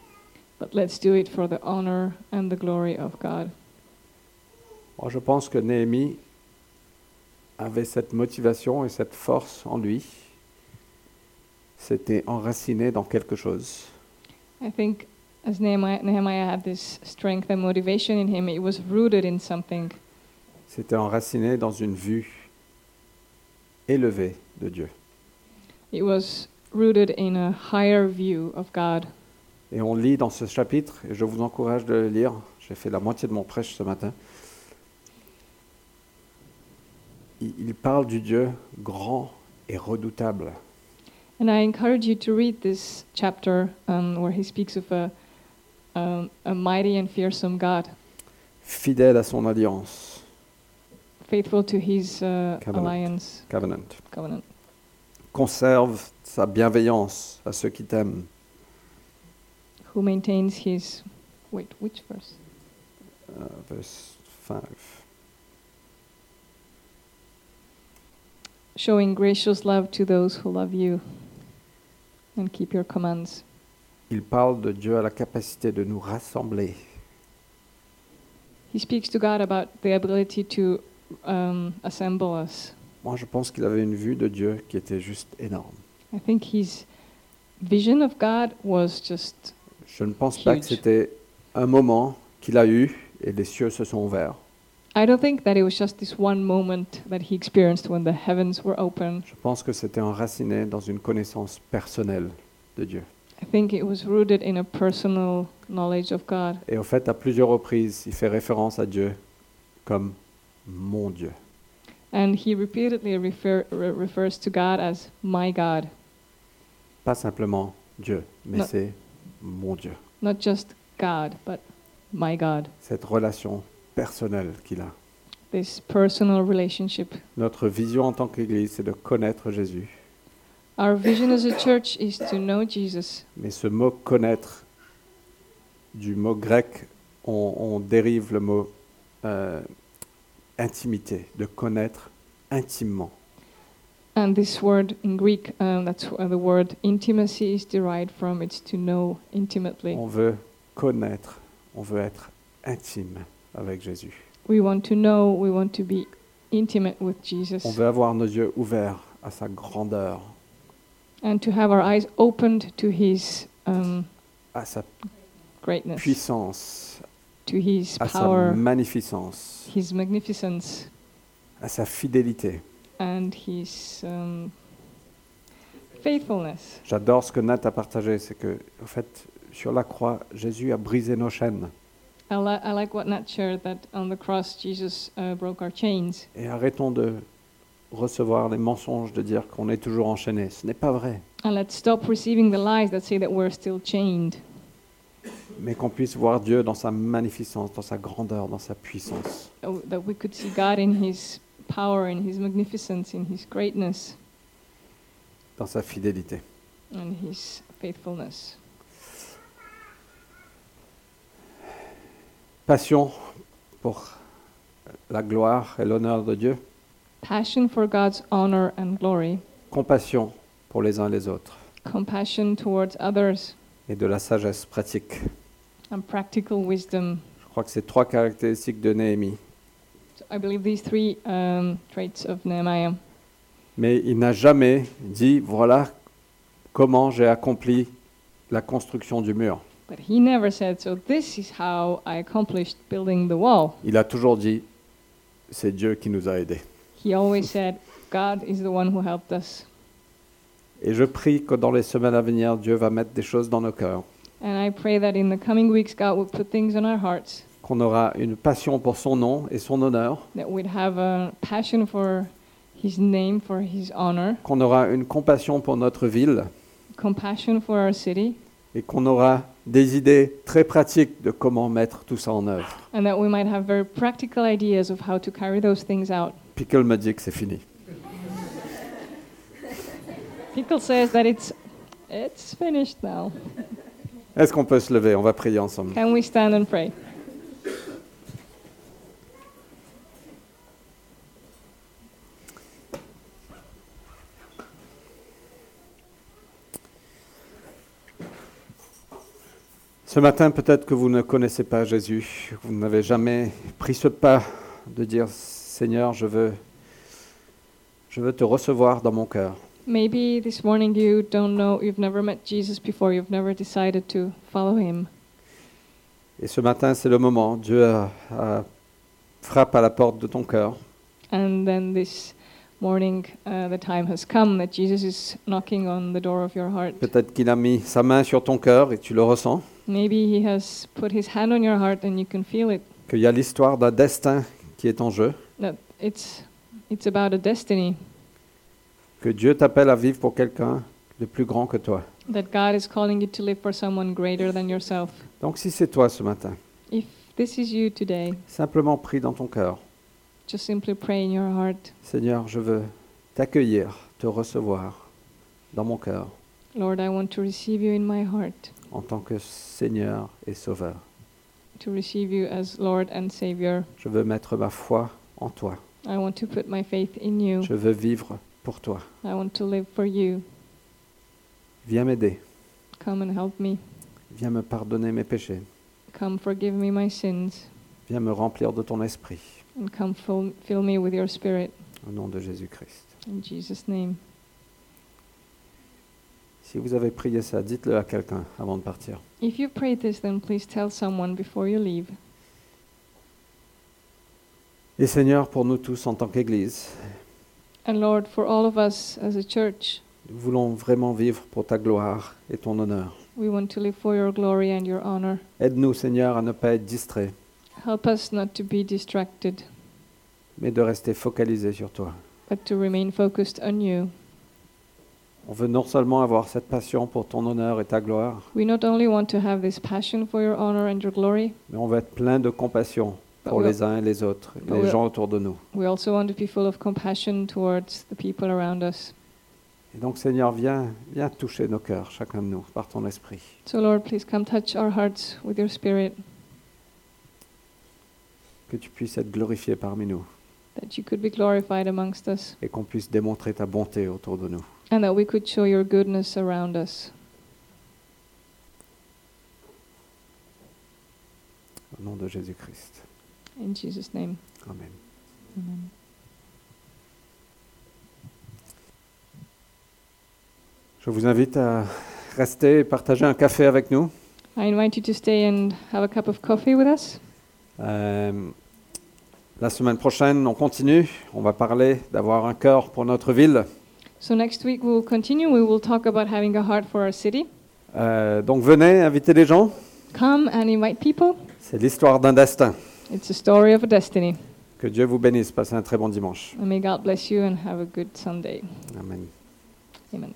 [SPEAKER 2] But let's do it for the honor and the glory of God.
[SPEAKER 3] Moi, je pense que Néhémie avait cette motivation et cette force en lui. C'était enraciné dans quelque chose.
[SPEAKER 2] I think as Nehemiah, Nehemiah had this strength and motivation in him, it was rooted in something.
[SPEAKER 3] C'était enraciné dans une vue élevée de Dieu.
[SPEAKER 2] It was rooted in a higher view of God.
[SPEAKER 3] Et on lit dans ce chapitre, et je vous encourage de le lire, j'ai fait la moitié de mon prêche ce matin, il il parle du Dieu grand et redoutable.
[SPEAKER 2] And I encourage you to read this chapter um, where he speaks of a, um, a mighty and fearsome God,
[SPEAKER 3] fidèle à son alliance,
[SPEAKER 2] faithful to his uh,
[SPEAKER 3] Covenant.
[SPEAKER 2] alliance
[SPEAKER 3] covenant.
[SPEAKER 2] covenant,
[SPEAKER 3] Conserve sa bienveillance à ceux qui t'aiment.
[SPEAKER 2] who maintains his. Wait, which verse?
[SPEAKER 3] Euh, verse five.
[SPEAKER 2] Showing gracious love to those who love you and keep your commands.
[SPEAKER 3] Il parle de Dieu à la capacité de nous rassembler,
[SPEAKER 2] He speaks to God about the ability to um, assemble us.
[SPEAKER 3] Moi, je pense qu'il avait une vue de Dieu qui était juste énorme.
[SPEAKER 2] I think his vision of God was just.
[SPEAKER 3] Je ne pense pas que
[SPEAKER 2] Huge.
[SPEAKER 3] c'était un moment qu'il a eu et les cieux se sont ouverts.
[SPEAKER 2] I don't think that it was just this one moment that he experienced when the heavens were open.
[SPEAKER 3] Je pense que c'était enraciné dans une connaissance personnelle de Dieu.
[SPEAKER 2] I think it was rooted in a personal knowledge of God.
[SPEAKER 3] Et au fait, à plusieurs reprises, il fait référence à Dieu comme mon Dieu.
[SPEAKER 2] And he repeatedly refer, re- refers to God as my God,
[SPEAKER 3] Pas simplement Dieu, mais
[SPEAKER 2] Non.
[SPEAKER 3] c'est mon Dieu.
[SPEAKER 2] not just God, but my God.
[SPEAKER 3] Cette relation personnelle qu'il a.
[SPEAKER 2] This personal relationship.
[SPEAKER 3] Notre vision en tant qu'Église, c'est de connaître Jésus.
[SPEAKER 2] Our vision as a church is to know Jesus,
[SPEAKER 3] Mais ce mot connaître, du mot grec, on, on dérive le mot euh, intimité, de connaître intimement.
[SPEAKER 2] and this word in Greek, um, that's where the word intimacy is derived from. It's to know intimately.
[SPEAKER 3] On veut connaître, on veut être intime avec Jésus.
[SPEAKER 2] We want to know. We want to be intimate with Jesus,
[SPEAKER 3] On veut avoir nos yeux ouverts à sa grandeur,
[SPEAKER 2] and to have our eyes opened to His um,
[SPEAKER 3] à sa
[SPEAKER 2] greatness.
[SPEAKER 3] puissance,
[SPEAKER 2] to his
[SPEAKER 3] à sa
[SPEAKER 2] power,
[SPEAKER 3] magnificence,
[SPEAKER 2] his magnificence,
[SPEAKER 3] à sa fidélité.
[SPEAKER 2] and his um, faithfulness.
[SPEAKER 3] J'adore ce que Nat a partagé, c'est que, en fait, sur la croix, Jésus a brisé nos chaînes
[SPEAKER 2] I, li- I like what Nat shared that on the cross Jesus uh, broke our chains.
[SPEAKER 3] Et arrêtons de recevoir les mensonges de dire qu'on est toujours enchaîné. Ce n'est pas vrai.
[SPEAKER 2] And let's stop receiving the lies that say that we're still chained.
[SPEAKER 3] mais qu'on puisse voir Dieu dans sa magnificence, dans sa grandeur, dans sa puissance.
[SPEAKER 2] oh, that we could see God in His power, in His magnificence, in His greatness,
[SPEAKER 3] dans sa fidélité.
[SPEAKER 2] and His faithfulness.
[SPEAKER 3] Passion pour la gloire et l'honneur de Dieu,
[SPEAKER 2] Passion for God's honor and glory,
[SPEAKER 3] compassion pour les uns les autres,
[SPEAKER 2] compassion towards others,
[SPEAKER 3] et de la sagesse pratique.
[SPEAKER 2] and practical wisdom.
[SPEAKER 3] Je crois que c'est trois caractéristiques de Néhémie.
[SPEAKER 2] So I believe these three um, traits of Nehemiah.
[SPEAKER 3] Mais il n'a jamais dit, voilà comment j'ai accompli la construction du mur.
[SPEAKER 2] But he never said, So this is how I accomplished building the wall.
[SPEAKER 3] Il a toujours dit, c'est Dieu qui nous a aidés.
[SPEAKER 2] He always said, God is the one who helped us.
[SPEAKER 3] Et je prie que dans les semaines à venir, Dieu va mettre des choses dans nos cœurs,
[SPEAKER 2] And I pray that in the coming weeks, God will put things on our hearts,
[SPEAKER 3] qu'on aura une passion pour son nom et son honneur,
[SPEAKER 2] that we'd have a passion for His name, for His honor,
[SPEAKER 3] qu'on aura une compassion pour notre ville,
[SPEAKER 2] compassion for our city,
[SPEAKER 3] et qu'on aura des idées très pratiques de comment mettre tout ça en œuvre.
[SPEAKER 2] and that we might have very practical ideas of how to carry those things out.
[SPEAKER 3] Pickle me dit que c'est fini.
[SPEAKER 2] Pickle says that it's it's finished now.
[SPEAKER 3] Est-ce qu'on peut se lever On va prier ensemble.
[SPEAKER 2] Can we stand and pray?
[SPEAKER 3] Ce matin, peut-être que vous ne connaissez pas Jésus, vous n'avez jamais pris ce pas de dire Seigneur, je veux, je veux te recevoir dans mon cœur.
[SPEAKER 2] Maybe this morning you don't know, you've never met Jesus before, you've never decided to follow him.
[SPEAKER 3] Et ce matin, c'est le moment. Dieu a- a- frappe à la porte de ton cœur.
[SPEAKER 2] And then this morning, uh, the time has come that Jesus is knocking on the door of your heart.
[SPEAKER 3] Peut-être qu'il a mis sa main sur ton cœur et tu le ressens.
[SPEAKER 2] Maybe he has put his hand on your heart and you can feel it.
[SPEAKER 3] Qu'il y a l'histoire d'un destin qui est en jeu.
[SPEAKER 2] That it's it's about a destiny
[SPEAKER 3] Que Dieu t'appelle à vivre pour quelqu'un de plus grand que toi.
[SPEAKER 2] that God is calling you to live for someone greater than yourself.
[SPEAKER 3] Donc si c'est toi ce matin,
[SPEAKER 2] If this is you today,
[SPEAKER 3] simplement prie dans ton cœur.
[SPEAKER 2] just simply pray in your heart.
[SPEAKER 3] Seigneur, je veux t'accueillir, te recevoir dans mon cœur
[SPEAKER 2] Lord, I want to receive you in my heart,
[SPEAKER 3] en tant que Seigneur et Sauveur.
[SPEAKER 2] to receive you as Lord and Savior.
[SPEAKER 3] Je veux mettre ma foi en toi.
[SPEAKER 2] I want to put my faith in you.
[SPEAKER 3] Je veux vivre pour toi.
[SPEAKER 2] I want to live for you.
[SPEAKER 3] Viens m'aider.
[SPEAKER 2] Come and help me.
[SPEAKER 3] Viens me pardonner mes péchés.
[SPEAKER 2] Come forgive me my sins.
[SPEAKER 3] Viens me remplir de ton esprit.
[SPEAKER 2] And come fill, fill me with your spirit.
[SPEAKER 3] Au nom de Jésus-Christ.
[SPEAKER 2] In Jesus' name.
[SPEAKER 3] Si vous avez prié ça, dites-le à quelqu'un avant de partir.
[SPEAKER 2] If you prayed this, then please tell someone before you leave.
[SPEAKER 3] Et Seigneur, pour nous tous en tant qu'Église,
[SPEAKER 2] And Lord, for all of us as a church,
[SPEAKER 3] nous voulons vraiment vivre pour ta gloire et ton honneur.
[SPEAKER 2] we want to live for your glory and your honor.
[SPEAKER 3] Aide-nous, Seigneur, à ne pas être distraits,
[SPEAKER 2] Help us not to be distracted,
[SPEAKER 3] mais de rester focalisés sur toi.
[SPEAKER 2] but to remain focused on you.
[SPEAKER 3] On veut non seulement avoir cette passion pour ton honneur et ta gloire,
[SPEAKER 2] We not only want to have this passion for your honor and your glory,
[SPEAKER 3] mais on veut être plein de compassion
[SPEAKER 2] but
[SPEAKER 3] pour
[SPEAKER 2] we,
[SPEAKER 3] les uns et les autres, et
[SPEAKER 2] Bah
[SPEAKER 3] les
[SPEAKER 2] ouais.
[SPEAKER 3] gens autour de nous.
[SPEAKER 2] we also want to be full of compassion towards the people around us.
[SPEAKER 3] Et donc, Seigneur, viens, viens toucher nos cœurs, chacun de nous, par ton esprit.
[SPEAKER 2] So, Lord, please come touch our hearts with your spirit,
[SPEAKER 3] Que tu puisses être glorifié parmi nous
[SPEAKER 2] that you could be glorified amongst us,
[SPEAKER 3] et qu'on puisse démontrer ta bonté autour de nous.
[SPEAKER 2] and that we could show your goodness around us.
[SPEAKER 3] Au nom de Jésus-Christ.
[SPEAKER 2] In Jesus' name.
[SPEAKER 3] Amen.
[SPEAKER 2] Amen.
[SPEAKER 3] Je vous invite à rester et partager un café avec nous.
[SPEAKER 2] I invite you to stay and have a cup of coffee with us.
[SPEAKER 3] Euh, la semaine prochaine, on continue. On va parler d'avoir un cœur pour notre ville.
[SPEAKER 2] So next week we will continue. We will talk about having a heart for our city.
[SPEAKER 3] Euh, donc venez, invitez les gens.
[SPEAKER 2] Come and invite people.
[SPEAKER 3] C'est l'histoire d'un destin.
[SPEAKER 2] It's a story of a destiny.
[SPEAKER 3] Que Dieu vous bénisse. Passez un très bon dimanche.
[SPEAKER 2] And may God bless you and have a good Sunday.
[SPEAKER 3] Amen.
[SPEAKER 2] Amen.